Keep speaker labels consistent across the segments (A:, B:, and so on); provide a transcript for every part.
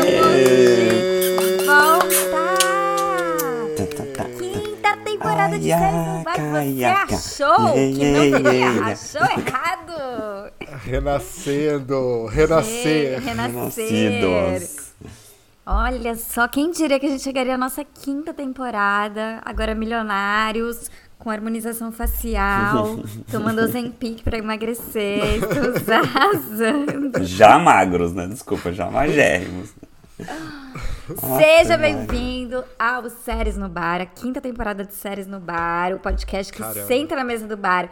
A: Aê!
B: Voltar!
C: Tá, tá, tá.
B: Quinta temporada de
C: Ai,
B: Séries no Bar. Você
C: ai,
B: achou
C: ai,
B: que não
C: ai,
B: podia?
C: ai.
B: Achou errado!
A: Renascendo,
B: Ei,
A: renascer.
B: Renascer!
C: Renascidos.
B: Olha só, quem diria que a gente chegaria à nossa quinta temporada, agora milionários, com harmonização facial, tomando Ozempic pra emagrecer, estamos arrasando.
C: Já magros, né? Desculpa, já magérrimos.
B: Seja
C: Nossa,
B: bem-vindo ao Séries no Bar, a quinta temporada de Séries no Bar, o podcast que
A: Caramba.
B: senta na mesa do bar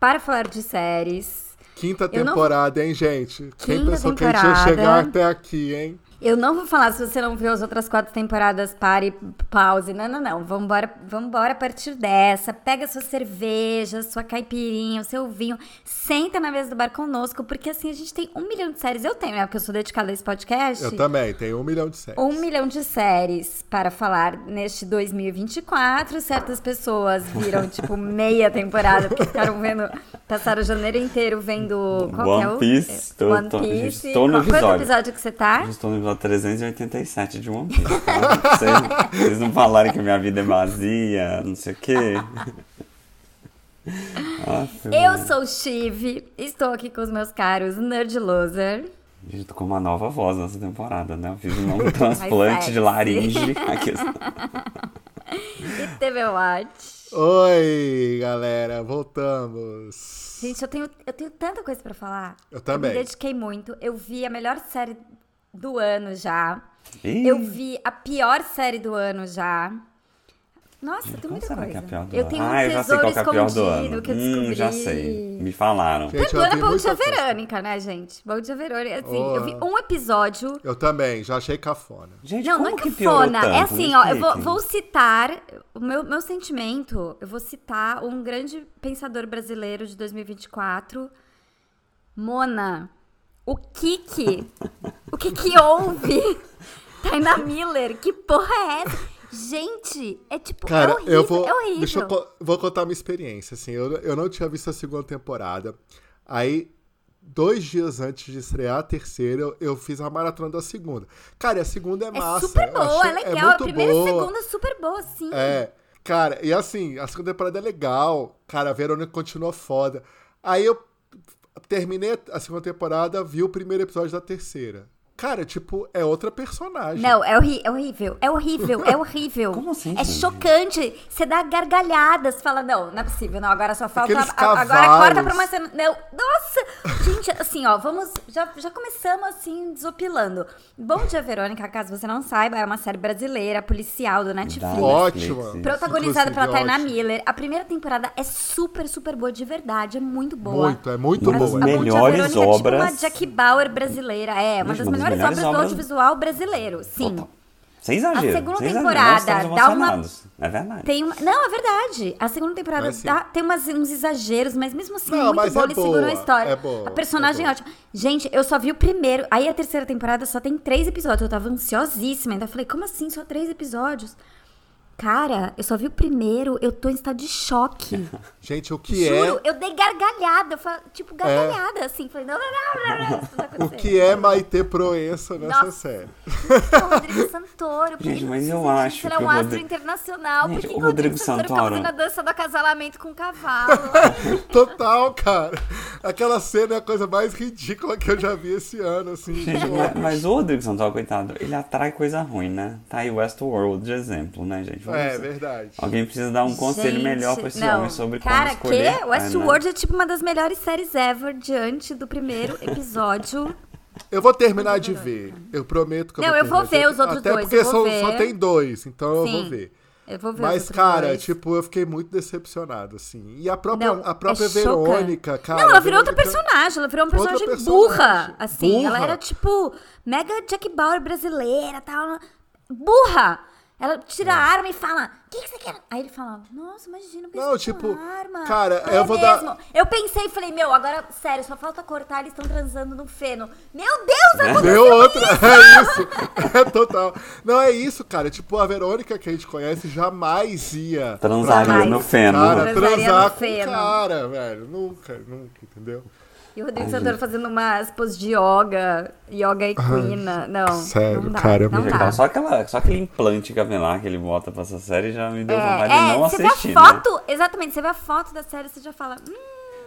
B: para falar de séries.
A: Quinta
B: Eu não-
A: temporada, hein, gente? Quem
B: Quinta
A: pensou que a gente ia
B: temporada.
A: chegar até aqui, hein?
B: Eu não vou falar se você não viu as outras quatro temporadas, pare, pause. Não, não, não. Vambora, vambora a partir dessa. Pega sua cerveja, sua caipirinha, o seu vinho. Senta na mesa do bar conosco, porque assim a gente tem um milhão de séries. Eu tenho, né? Porque eu sou dedicada a esse podcast.
A: Eu também, tem um milhão de séries.
B: Um milhão de séries para falar neste 2024. Certas pessoas viram, tipo, meia temporada, porque ficaram vendo. Passaram o janeiro inteiro vendo. Qual que é
C: One
B: o?
C: Piece. Tô-
B: One
C: tô-
B: Piece.
C: estou no
B: Qual- Quanto
C: episódio.
B: episódio que você tá?
C: Eu estou no nível 387 de One Piece. tá? Vocês, vocês não falarem que minha vida é vazia, não sei o quê. Nossa,
B: Eu sou o Chive, estou aqui com os meus caros Nerd Loser.
C: Gente, tô com uma nova voz nessa temporada, né? Eu fiz um novo transplante de
B: sexy.
C: laringe. Aqui,
B: TV Watch.
A: Oi, galera, voltamos.
B: Gente, eu tenho, eu tenho tanta coisa pra falar.
A: Eu também.
B: Eu me dediquei muito. Eu vi a melhor série do ano já.
C: Ih,
B: Eu vi a pior série do ano já. Nossa, tem
C: qual
B: muita
C: será
B: coisa.
C: que é a pior do
B: eu
C: ano?
B: tenho um
C: ah, eu já sei
B: tesouro
C: qual que é a pior do
B: escondido
C: ano.
B: que eu descobri.
C: hum, já sei. Me falaram.
A: Gente,
B: Do ano é
A: vi
B: Bom
A: muita
B: Dia
A: coisa.
B: Verônica, né, gente? Bom Dia Verônica. Assim,
A: Oh.
B: eu vi um episódio
A: Eu também, já achei cafona.
C: Gente,
B: não,
C: como
B: não é
C: que piorou
B: cafona. É
C: tanto? Me
B: assim, ó, eu vou,
C: expliquem.
B: vou citar o meu, meu sentimento. Eu vou citar um grande pensador brasileiro de 2024, Mona. O que que? o que que houve? Taina Miller, que porra é essa? Gente, é tipo,
A: Cara,
B: é horrível,
A: eu vou.
B: é horrível.
A: Deixa eu co- vou contar minha experiência. Assim, eu, eu não tinha visto a segunda temporada. Aí, dois dias antes de estrear a terceira, eu, eu fiz a maratona da segunda. Cara, e a segunda é
B: É
A: massa.
B: super
A: eu
B: boa,
A: achei-
B: é legal. a
A: muito
B: primeira
A: boa.
B: e a segunda é super boa, sim.
A: É. Cara, e assim, a segunda temporada é legal. Cara, a Verônica continua foda. Aí eu terminei a segunda temporada, vi o primeiro episódio da terceira. Cara, tipo, é outra personagem.
B: Não, é, horri é horrível, é horrível, é horrível.
C: Como assim,
B: É
C: gente?
B: chocante. Você dá gargalhadas, fala, não, não é possível, não, agora só falta.
A: Aqueles
B: a- Agora
A: cavalos.
B: corta pra uma cena. Não, nossa! Gente, assim, ó, vamos. Já, já começamos assim, desopilando. Bom dia, Verônica, caso você não saiba, é uma série brasileira, policial do
C: Da
B: Netflix.
A: Ó, Ótima.
C: Netflix.
B: Protagonizada pela
A: Inclusive,
B: Taina
A: ótimo.
B: Miller. A primeira temporada é super, super boa, de verdade. É muito boa.
A: Muito, é muito
C: Uma das
A: boa.
B: A Bom Dia
C: melhores
B: Verônica é tipo uma
C: obras.
B: Jack Bauer brasileira. É, uma
C: Mas
B: das
C: uma das
B: melhores
C: melhores
B: obras do
C: obras-
B: audiovisual brasileiro. Sim.
C: Total. Sem exagero.
B: segunda
C: sem
B: temporada
C: exagero, nós
B: dá
C: estamos
B: uma-
C: emocionados. É verdade.
B: Tem uma... Não, é verdade. A segunda temporada
A: Mas, sim.
B: dá- tem umas- uns exageros, mas mesmo assim,
A: Não,
B: é muito
A: mas
B: boa,
A: é
B: eles seguram a
A: boa,
B: história.
A: é boa,
B: a personagem é,
A: é boa.
B: ótima. Gente, eu só vi o primeiro. Aí a terceira temporada só tem três episódios. Eu tava ansiosíssima. Ainda falei, como assim só três episódios? Cara, eu só vi o primeiro, eu tô em estado de choque.
A: Gente, o que é
B: Juro, eu dei gargalhada, eu fa- tipo, gargalhada, assim. Falei, não, não, não, não, não, isso não tá vai
A: O
B: acontecer.
A: que é Maite Proença nessa
B: Nossa.
A: série?
B: Pô, Rodrigo Santoro. por que
C: Gente,
B: que
C: mas
B: o
C: eu
B: Rodrigo
C: acho
B: Santoro é
C: que
B: um
C: o Rodri-
B: astro internacional.
C: Gente,
B: por que,
C: o
B: que
C: Rodrigo
B: Santoro,
C: Santoro-
B: fica fazendo a dança do acasalamento com o cavalo?
A: Total, cara. Aquela cena é a coisa mais ridícula que eu já vi esse ano, assim.
C: Gente,
A: tipo,
C: mas, mas o Rodrigo Santoro, coitado, ele atrai coisa ruim, né? Tá aí Westworld de exemplo, né, gente? Vamos-
A: É, verdade.
C: Alguém precisa dar um conselho
B: Gente,
C: melhor pra esse homem sobre
B: Cara,
C: como escolher. né? Ah,
B: que Westworld é tipo uma das melhores séries ever, diante do primeiro episódio.
A: Eu vou terminar de ver. Eu prometo que eu
B: Não,
A: vou
B: eu vou
A: terminar.
B: ver os outros
A: Até
B: dois,
A: porque
B: eu vou
A: são-
B: ver.
A: só tem dois, então eu
B: Sim.
A: vou ver.
B: Eu vou ver os
A: Mas,
B: outros
A: cara,
B: dois.
A: tipo, eu fiquei muito decepcionado, assim. E a própria,
B: Não,
A: a própria
B: é chocante.
A: Verônica, cara.
B: Não,
A: a
B: ela virou outra
A: Verônica- é
B: personagem, ela virou uma
A: Outra
B: personagem,
A: personagem.
B: burra, assim. Ela
A: Burra.
B: era tipo mega Jack Bauer brasileira, tal, burra. Ela
A: É.
B: tira a arma e fala: "O que, que você quer?" Aí ele fala: "Nossa, imagina, eu
A: Não,
B: pensei com
A: tipo,
B: arma."
A: cara,
B: É
A: eu vou dar-
B: mesmo. Eu pensei e falei: "Meu, agora sério, só falta cortar, eles estão transando no feno." Meu Deus, agora
A: Deu outra, é isso. É total. Não, é isso, cara. Tipo, a Verônica que a gente conhece jamais ia.
C: Transaria
B: Jamais.
C: no feno.
A: Cara,
B: Transaria no
A: transar com
B: feno.
A: cara, velho. Nunca, nunca, entendeu?
B: E o Rodrigo
C: Ai,
B: Santoro fazendo umas poses de yoga, yoga equina. Não.
A: sério,
B: não dá,
A: cara, é
B: não
A: muito
B: dá.
C: Só, aquela, só aquele implante capilar que ele bota pra essa série já me deu vontade de
B: É,
C: não
B: é, você
C: assistir,
B: vê
C: né?
B: a foto, exatamente, você vê a foto da série, você já fala, hum,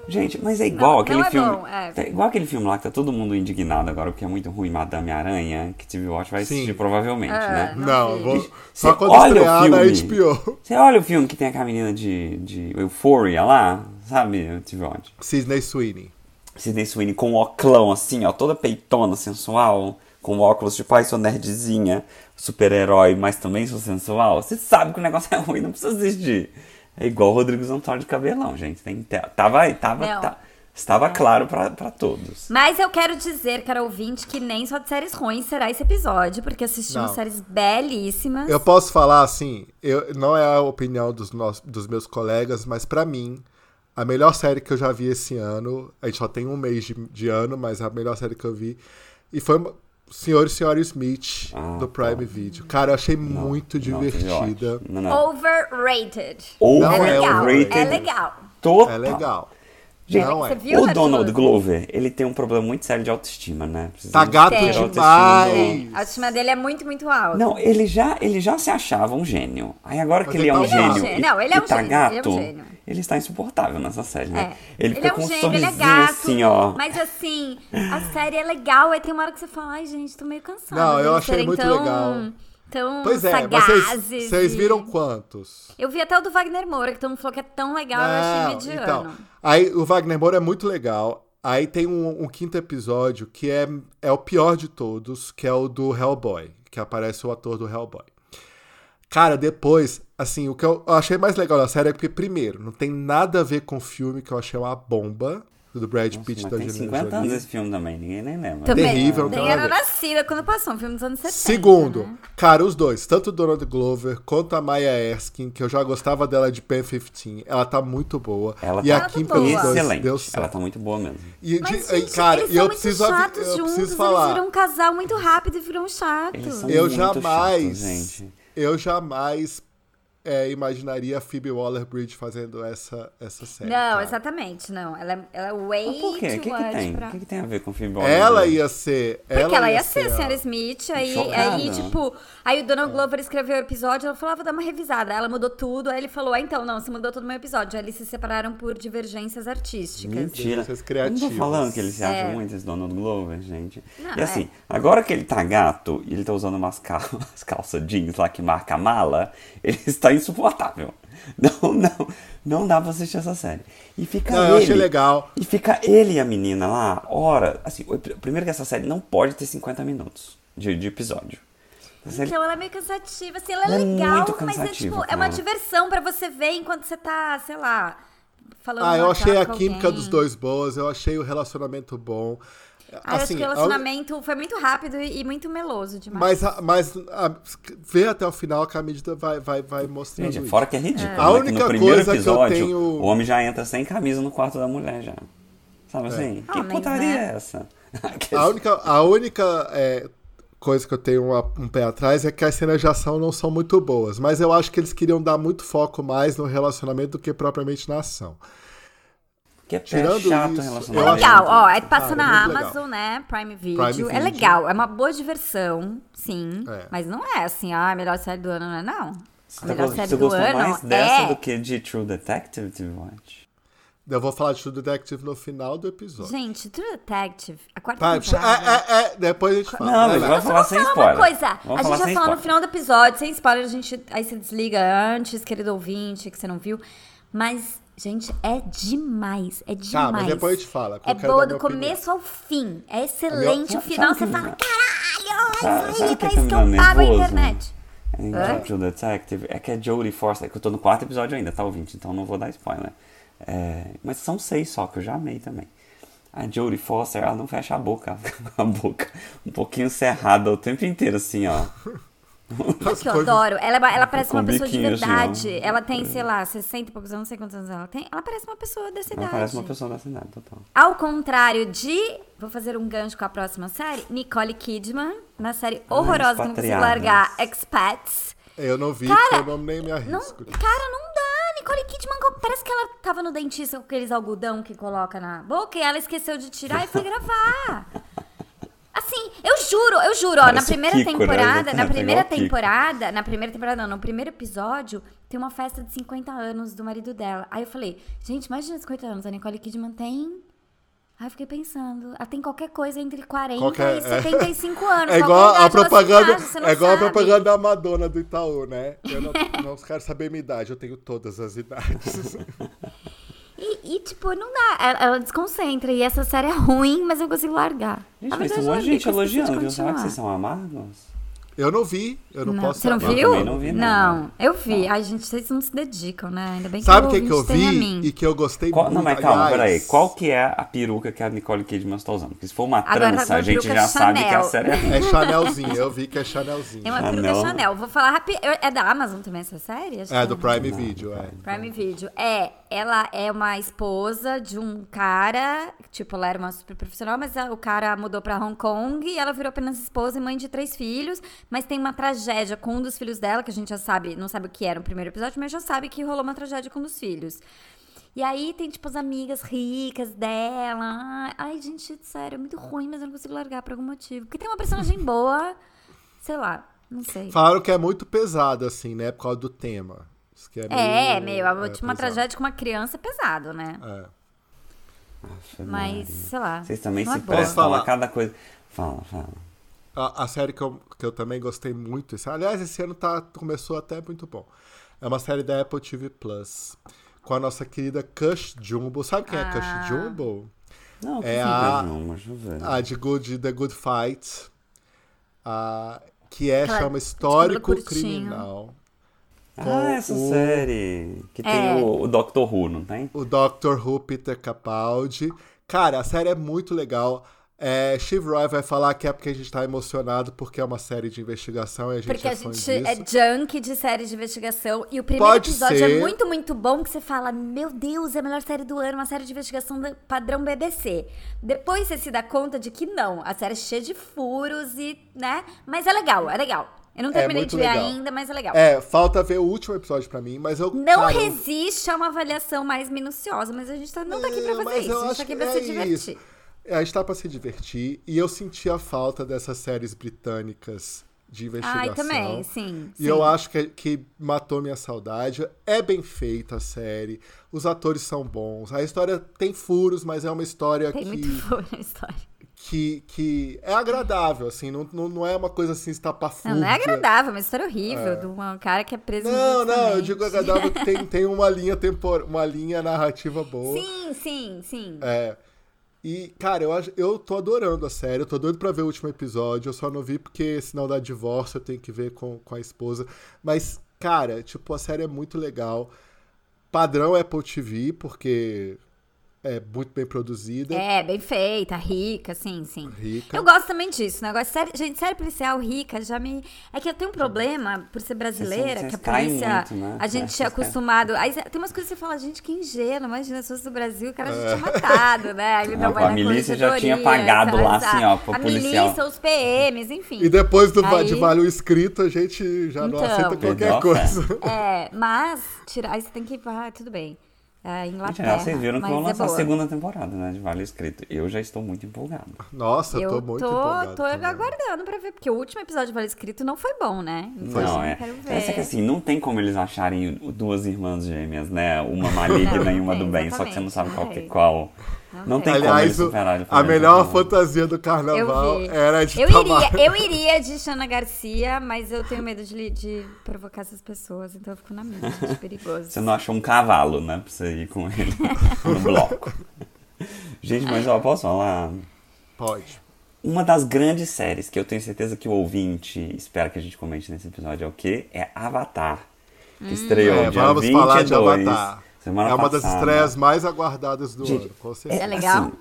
C: Gente, mas é igual
B: Não,
C: aquele
B: não é
C: filme.
B: bom, é.
C: tá igual aquele filme lá que tá todo mundo indignado agora, porque é muito ruim, Madame Aranha, que TV Watch vai assistir
A: Sim.
C: provavelmente, né?
B: Não
A: Não,
B: vi.
A: vou,
C: Você
A: só quando
C: olha o
A: estrear na
C: filme.
A: HBO.
C: Você olha o filme que tem aquela menina de, de Euphoria lá, sabe, TV Watch?
A: Sidney Sweeney.
C: Sidney Sweeney com o oclão assim, ó, toda peitona, sensual, com óculos tipo, ai, sou nerdzinha, super-herói, mas também sou sensual. Você sabe que o negócio é ruim, não precisa assistir. É igual o Rodrigo Santoro de cabelão, gente. Tem, te- tava aí, tava,
B: Não.
C: tá- estava claro pra, pra todos.
B: Mas eu quero dizer, cara ouvinte, que nem só de séries ruins será esse episódio, porque assistimos
A: Não.
B: séries belíssimas.
A: Eu posso falar assim, eu, não é a opinião dos, nós, dos meus colegas, mas pra mim, a melhor série que eu já vi esse ano, a gente só tem um mês de, de ano, mas a melhor série que eu vi, e foi uma- Senhor e Senhora Smith,
C: Ah,
A: do
C: tá.
A: Prime Video. Cara, eu achei
C: Não,
A: muito
C: não, TV
A: divertida.
C: Watch. Não, não.
B: Overrated.
A: Não,
B: é
A: é
B: legal,
A: overrated.
B: é legal.
C: Total.
A: É legal.
C: Gente,
A: Não
B: Você
A: é.
B: viu,
C: o
B: Arthur?
C: Donald Glover, ele tem um problema muito sério de autoestima, né? Precisa
A: Tá gato
C: tirar a
B: Tem.
C: autoestima do-
A: demais.
B: A autoestima dele é muito, muito alta.
C: Não, ele já, ele já se achava um gênio. Aí agora que
A: Mas
C: ele é
A: ele
C: um
A: tá um
C: gênio.
B: gênio.
C: e-
B: Não, ele é
C: e
B: um
C: tá
B: gênio, ele é um
C: gato,
B: gênio.
C: ele está insuportável nessa série, né?
B: É.
C: Ele fica
B: é um
C: com um
B: gênio, ele é
C: sorrisinho
B: gato.
C: assim, ó.
B: Mas assim, a série é legal. Aí tem uma hora que você fala, ai, gente, tô meio cansada.
A: Não, eu
B: deles
A: achei
B: serem
A: muito
B: tão,
A: legal.
B: Tão
A: Pois é, mas
B: sagazes.
A: vocês, vocês
B: e-
A: viram quantos?
B: Eu vi até o do Wagner Moura, que todo mundo falou que é tão legal, eu achei mediano.
A: Então, aí o Wagner Moura é muito legal. Aí tem um, um quinto episódio que é, é o pior de todos, que é o do Hellboy, que aparece o ator do Hellboy. Cara, depois, assim, o que eu eu achei mais legal da série é porque, primeiro, não tem nada a ver com o filme que eu achei uma bomba, do Brad
C: Nossa,
A: Pitt e
C: mas
A: da
C: tem
A: Angelina
C: 50 anos
A: Jolie.
C: esse filme também, ninguém nem lembra.
B: Também,
A: terrível, não tem
B: nem
A: nada a
B: era
A: ver.
B: nascida quando passou, um filme dos anos 70.
A: Segundo,
B: né?
A: cara, os dois, tanto o Donald Glover quanto a Maya Erskine, que eu já gostava dela de Pen 15, ela tá muito boa.
C: Ela
A: e
C: tá
A: a Kim
B: muito boa.
A: pelos dois
C: excelente.
A: deu
C: Ela
A: certo.
C: tá muito boa mesmo.
A: E, de-
B: Mas,
A: e,
B: gente,
A: cara,
B: eles
A: eu
B: são
A: preciso,
B: muito
A: avi-
B: chatos
A: eu
B: juntos,
A: preciso
B: eles
A: falar.
B: viram um casal muito rápido e viram um
C: Eles
B: chatos.
C: são
A: Eu
C: muito
A: jamais,
C: chatos, gente.
A: eu jamais é, imaginaria a Phoebe Waller-Bridge fazendo essa essa série.
B: Não,
A: cara.
B: exatamente, não. Ela é, ela é way
C: É, Mas por quê? O
B: too
C: que, que
B: much
C: tem? O
B: pra...
C: que, que tem a ver com o filme
A: Ela ia ser,
B: Porque ela,
A: ela É.
B: ia ser a senhora
A: a-
B: Smith, aí,
C: Chocada.
B: aí, tipo, aí o Donald Glover escreveu o episódio, ela falou, ah, vou dar uma revisada. Aí Ela mudou tudo, aí ele falou, ah, então, não, você mudou todo o meu episódio. Aí eles se separaram por divergências artísticas.
C: Mentira.
A: Vocês
C: Eu Não tô
A: criativos.
C: falando que ele se acha
B: É.
C: muito esse Donald Glover, gente.
B: Não, é.
C: e assim, agora que ele tá gato e ele tá usando umas, cal umas calças jeans lá que marca a mala, ele está insuportável. Não, não, não dá pra assistir essa série. E fica
A: Não,
C: ele.
A: eu achei legal.
C: E fica ele e a menina lá, hora. Assim, o ep- primeiro que essa série não pode ter 50 minutos de, de episódio. Essa série-
B: Então ela é meio cansativa, assim, ela é
C: Ela é
B: legal,
C: muito
B: mas é tipo,
C: cansativa,
B: é uma
C: cara.
B: diversão pra você ver enquanto você tá, sei lá, falando
A: Ah, eu
B: uma
A: achei
B: cara
A: a
B: com
A: química
B: alguém.
A: dos dois boas, eu achei o relacionamento bom.
B: Ah, eu acho
A: assim,
B: que o
A: a-
B: relacionamento foi muito rápido e e muito meloso demais.
A: mas a- mas a- ver até o final que a medida vai vai vai mostrando
C: Gente,
A: isso.
C: fora que é ridículo.
A: A
C: né?
A: única
C: que no primeiro
A: coisa que eu
C: episódio,
A: tenho-
C: o homem já entra sem camisa no quarto da mulher já. Sabe assim? Que
B: Homens,
C: putaria
B: né?
C: é essa?
A: A única, a única é, coisa que eu tenho uma- um pé atrás é que as cenas de ação não são muito boas, mas eu acho que eles queriam dar muito foco mais no relacionamento do que propriamente na ação.
C: Que é pé
A: Tirando
C: chato
A: isso,
C: relacionamento.
A: eu
B: É
A: acho-
B: legal, ó, aí
A: Cara,
B: passa
A: é
B: na
A: muito legal.
B: Amazon, né? Prime Video.
A: Prime
B: É
A: Video.
B: legal, é uma boa diversão, sim.
A: É.
B: Mas não é assim, ah, a melhor série do ano, não é não.
C: Você
B: A
C: tá
B: melhor
C: gost-
B: série
C: Você
B: do
C: gostou
B: ano
C: mais dessa do
B: é.
C: que de True Detective, TV Watch?
A: Eu vou falar de True Detective no final do episódio.
B: Gente, né? True Detective, a quarta
A: Tá,
B: temporada.
A: é, é, é, depois a gente fala.
C: Não,
A: vai
C: mas
A: lá.
C: vai falar sem spoiler.
B: Uma coisa,
C: Vamos
B: a gente
C: falar
B: vai
C: sem
B: falar no
C: spoiler.
B: final do episódio, sem spoiler, a gente, aí você desliga antes, querido ouvinte, que você não viu. Mas, gente, é demais, é demais.
A: Tá, mas depois a gente fala. porque
B: É
A: eu quero
B: boa
A: dar
B: do
A: minha opinião.
B: começo ao fim. É excelente.
A: Meu-
B: O final
C: Sabe
B: você
C: que-
B: fala,
A: é?
B: caralho, é
C: Sabe-
B: isso
C: sabe
B: aí,
C: o que
B: pra
C: que
B: isso
C: me
B: que
C: dá
B: eu pago a
C: nervoso?
B: internet.
C: Em
B: Hã?
C: É, True Detective é que a Jodie Foster, que eu tô no quarto episódio ainda, tá ouvinte, então não vou dar spoiler. É, mas são seis só, que eu já amei também. A Jodie Foster, ela não fecha a boca, ela fica com a boca um pouquinho cerrada o tempo inteiro, assim, ó.
B: Sabe o que eu
A: coisas-
B: adoro? Ela, é uma- ela parece
C: Com
B: uma pessoa de
C: biquinho, assim, ó.
B: verdade. ela tem, sei lá, 60 e poucos anos, não sei quantos anos ela tem. Ela parece uma pessoa dessa
C: Ela
B: idade.
C: parece uma pessoa da cidade, total.
B: Ao contrário de. Vou fazer um gancho com a próxima série. Nicole Kidman, na série horrorosa que eu não consigo
C: Expatriadas.
B: largar, Expats.
A: Eu não vi,
B: Cara,
A: porque eu não nem me
B: Não,
A: arrisco.
B: cara, não dá. Nicole Nicole Kidman, parece que ela tava no dentista com aqueles algodão que coloca na boca e ela esqueceu de tirar e foi gravar. Assim, eu juro, eu juro, ó, na
C: Parece o
B: primeira
C: Kiko, né?
B: temporada, na
C: Exatamente,
B: primeira
C: igual o Kiko.
B: temporada, na primeira temporada não, no primeiro episódio, tem uma festa de 50 anos do marido dela. Aí eu falei, gente, imagina 50 anos, a Nicole Kidman tem... Aí eu fiquei pensando, ela tem qualquer coisa entre 40
A: Qualquer-
B: e 75 anos.
A: É igual a
B: qualquer idade, ela se
A: propaganda,
B: engaja, tipo assim, você não
A: é igual a
B: sabe.
A: propaganda da Madonna do Itaú, né? Eu não, não quero saber minha idade, eu tenho todas as idades.
B: E, e, tipo, não dá. Ela, ela desconcentra. E essa série é ruim, mas eu consigo largar.
C: Gente,
B: Na
C: mas
B: verdade,
C: tem um
B: eu
C: monte
B: larguei,
C: de gente
B: porque eu esqueci
C: elogiando, viu? Será
B: continuar.
C: que vocês são amargos?
A: Eu não vi, eu não,
B: Não,
A: posso
B: Você não
A: falar.
B: viu?
C: também não vi, não.
B: eu vi. Ai, gente, vocês não se dedicam, né? Ainda bem que
A: Sabe
B: o
A: o que, que eu
B: ouvinte tem a
A: vi
B: mim.
A: e que eu gostei
C: Qual-
A: muito?
C: não, mas calma,
A: Aliás,
C: peraí. Qual que é a peruca que a Nicole Kidman está usando? Porque se for uma
B: Agora,
C: trança, a
B: agora,
C: gente
B: peruca
C: já sabe
B: Chanel.
C: que a série é ruim.
A: É Chanelzinho, eu vi que é Chanelzinho.
B: É uma
C: Ah,
B: peruca
C: não.
B: Chanel. Vou falar rápido. É da Amazon também essa série? Acho
A: É,
B: que
A: do Prime Video, é.
B: Prime Video. É, ela é uma esposa de um cara, tipo, ela era uma super profissional, mas a- o cara mudou pra Hong Kong e ela virou apenas esposa e mãe de três filhos, mas tem uma tragédia com um dos filhos dela, que a gente já sabe, não sabe o que era no primeiro episódio, mas já sabe que rolou uma tragédia com um dos filhos. E aí tem, tipo, as amigas ricas dela. Ai, gente, sério, é muito ruim, mas eu não consigo largar por algum motivo. Porque tem uma personagem boa, sei lá, não sei.
A: Falaram que é muito pesado, assim, né? Por causa do tema. Isso que é,
B: É,
A: meio,
B: meio,
A: é,
B: a última
A: pesado.
B: tragédia com uma criança é pesado, né?
A: É.
C: Aff,
B: Mas,
C: Maria.
B: sei lá.
C: Vocês também
B: não
C: se
B: é boa.
A: Posso
C: prestam
A: falar?
C: a cada coisa. Fala, fala.
A: A, a série que eu, que eu também gostei muito. Esse, aliás, esse ano tá, começou até muito bom. É uma série da Apple TV Plus. Com a nossa querida Cush Jumbo. Sabe quem é
B: Ah.
A: Cush Jumbo?
C: Não, que
A: É
C: é
A: a-
C: não, mas deixa eu ver.
A: A Ah, de Good, The Good Fight. A, que é,
B: Aquela
A: chama
B: de
A: Histórico
B: cabelo curtinho.
A: Criminal.
C: ah, essa
A: o-
C: série. Que tem o, o Doctor Who, não tem?
A: O Dr. Who Peter Capaldi. Cara, a série é muito legal. É, Steve Roy vai falar que é porque a gente tá emocionado, porque é uma série de investigação e a gente
B: Porque
A: é
B: a
A: fã
B: gente é
A: disso.
B: junk de séries de investigação. E o primeiro
A: Pode
B: episódio
A: ser.
B: é muito, muito bom. Que você fala, meu Deus, é a melhor série do ano. Uma série de investigação da- padrão BBC. Depois você se dá conta de que não. A série é cheia de furos e, né? Mas é legal, é legal. Eu não
A: É
B: terminei
A: muito
B: de ver
A: legal.
B: ainda, mas é legal.
A: É, falta ver o último episódio pra mim, mas eu.
B: Não
A: cara,
B: resiste a uma avaliação mais minuciosa. Mas a gente tá, não tá aqui pra
A: É,
B: fazer
A: mas eu
B: isso. A gente
A: acho
B: tá aqui
A: que
B: pra
A: é
B: se
A: isso.
B: divertir.
A: É, a gente tá pra se divertir. E eu senti a falta dessas séries britânicas de investigação.
B: Ai, também, sim.
A: E
B: sim.
A: eu acho que, que matou minha saudade. É bem feita a série. Os atores são bons. A história tem furos, mas é uma história
B: Tem muito
A: que,
B: furo na história.
A: que, que é agradável, assim. Não, não, não é uma coisa assim
B: Não,
A: estapafúrdia.
B: não é agradável, é uma história horrível de um cara que é preso
A: Não, não, eu
B: injustamente.
A: digo agradável que tem, tem uma linha tempor... uma linha narrativa boa.
B: Sim, sim, sim.
A: É. E, cara, eu, acho- eu tô adorando a série. Eu tô doido pra ver o último episódio. Eu só não vi porque senão dá divórcio, eu tenho que ver com, com a esposa. Mas, cara, tipo, a série é muito legal. Padrão Apple TV, porque é muito bem produzida.
B: É, bem feita, rica, sim, sim.
A: Rica.
B: Eu gosto também disso, negócio sério, gente, série policial rica já me é que eu tenho um problema por ser brasileira, que
C: Vocês-
B: a
C: vocês caem
B: polícia
C: muito, né?
B: a gente é
C: Vocês
B: acostumado. Aí cê- tem umas coisas que você fala, gente, que ingênuo, imagina se fosse do Brasil, o cara já tinha
A: É.
B: matado, né? Aí ele
C: Ah,
B: trabalha
C: a
B: na
C: milícia já tinha
B: corregedoria,
C: pagado lá,
B: exato.
C: assim, ó, pro
B: A
C: policial.
B: milícia, os PMs, enfim.
A: E depois do va-
B: Aí-
A: de Vale o Inscrito, a gente já não
B: Então.
A: aceita qualquer
C: Pedófilo.
A: coisa.
B: É, mas tira, aí você tem que ah, tudo bem. É,
C: Gente,
B: Inglaterra.
C: aliás, vocês viram que
B: mas
C: vão
B: é
C: lançar a
B: boa.
C: segunda temporada, né? De Vale Escrito. Eu já estou muito empolgado.
A: Nossa, eu
B: Eu
A: tô muito
B: tô,
A: empolgado.
B: tô
A: também.
B: aguardando pra ver, porque o último episódio de Vale Escrito não foi bom, né? Então,
C: Não, é.
B: quero ver.
C: Essa que assim, não tem como eles acharem o- duas irmãs gêmeas, né? Uma maligna
B: Não,
C: e uma
B: não
C: do
B: tem,
C: bem, só que você não
B: exatamente,
C: sabe
B: não
C: qual que é
B: tem.
C: qual.
B: Não
C: Não
B: tem.
C: tem como eles
A: Aliás, o-
C: superarem.
A: a melhor
C: fantasia.
A: fantasia do
B: Eu
A: carnaval
B: vi.
A: era de
B: eu
A: Tamar.
B: iria, eu iria de Xana Garcia, mas eu tenho medo de, li- de provocar essas pessoas, então eu fico na minha, gente, perigoso.
C: Você não achou um cavalo, né? Pra você ir com ele no bloco. Gente, mas ó, posso falar?
A: Pode.
C: Uma das grandes séries que eu tenho certeza que o ouvinte espera que a gente comente nesse episódio é o quê? É Avatar. Que
B: Hum.
C: estreou
A: É,
C: dia
A: vamos
C: 22,
A: falar de Avatar.
C: Semana
A: é uma
C: passada.
A: das estreias mais aguardadas do
C: Gente,
A: ano, com
B: É
A: certeza.
B: legal?
C: assim,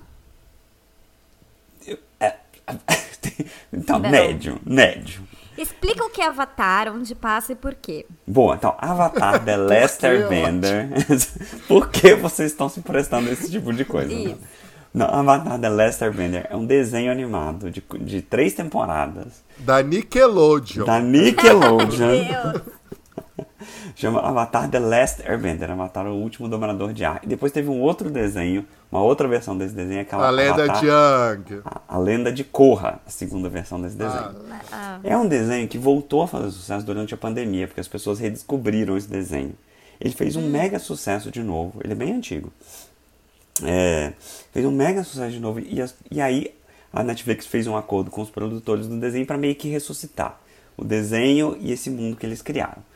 C: eu- é- então,
B: Não.
C: médio, médio.
B: Explica o que é Avatar, onde passa e por quê.
C: Bom, então, Avatar The Last
A: que é
C: Airbender. Por que vocês estão se prestando a esse tipo de coisa? né?
B: Isso.
C: Não, Avatar The Last Airbender é um desenho animado de, de três temporadas
A: Da Nickelodeon.
C: da Nickelodeon.
B: Meu Deus.
C: Chama Avatar The Last Airbender, Avatar o último dominador de ar. E depois teve um outro desenho, uma outra versão desse desenho, aquela
A: A lenda
C: Avatar-
A: de Yang.
C: a- A Lenda de Korra, a segunda versão desse desenho.
B: Ah,
C: É um desenho que voltou a fazer sucesso durante a pandemia, porque as pessoas redescobriram esse desenho. Ele fez um mega sucesso de novo, ele é bem antigo. É, fez um mega sucesso de novo, e, as- e aí a Netflix fez um acordo com os produtores do desenho para meio que ressuscitar o desenho e esse mundo que eles criaram.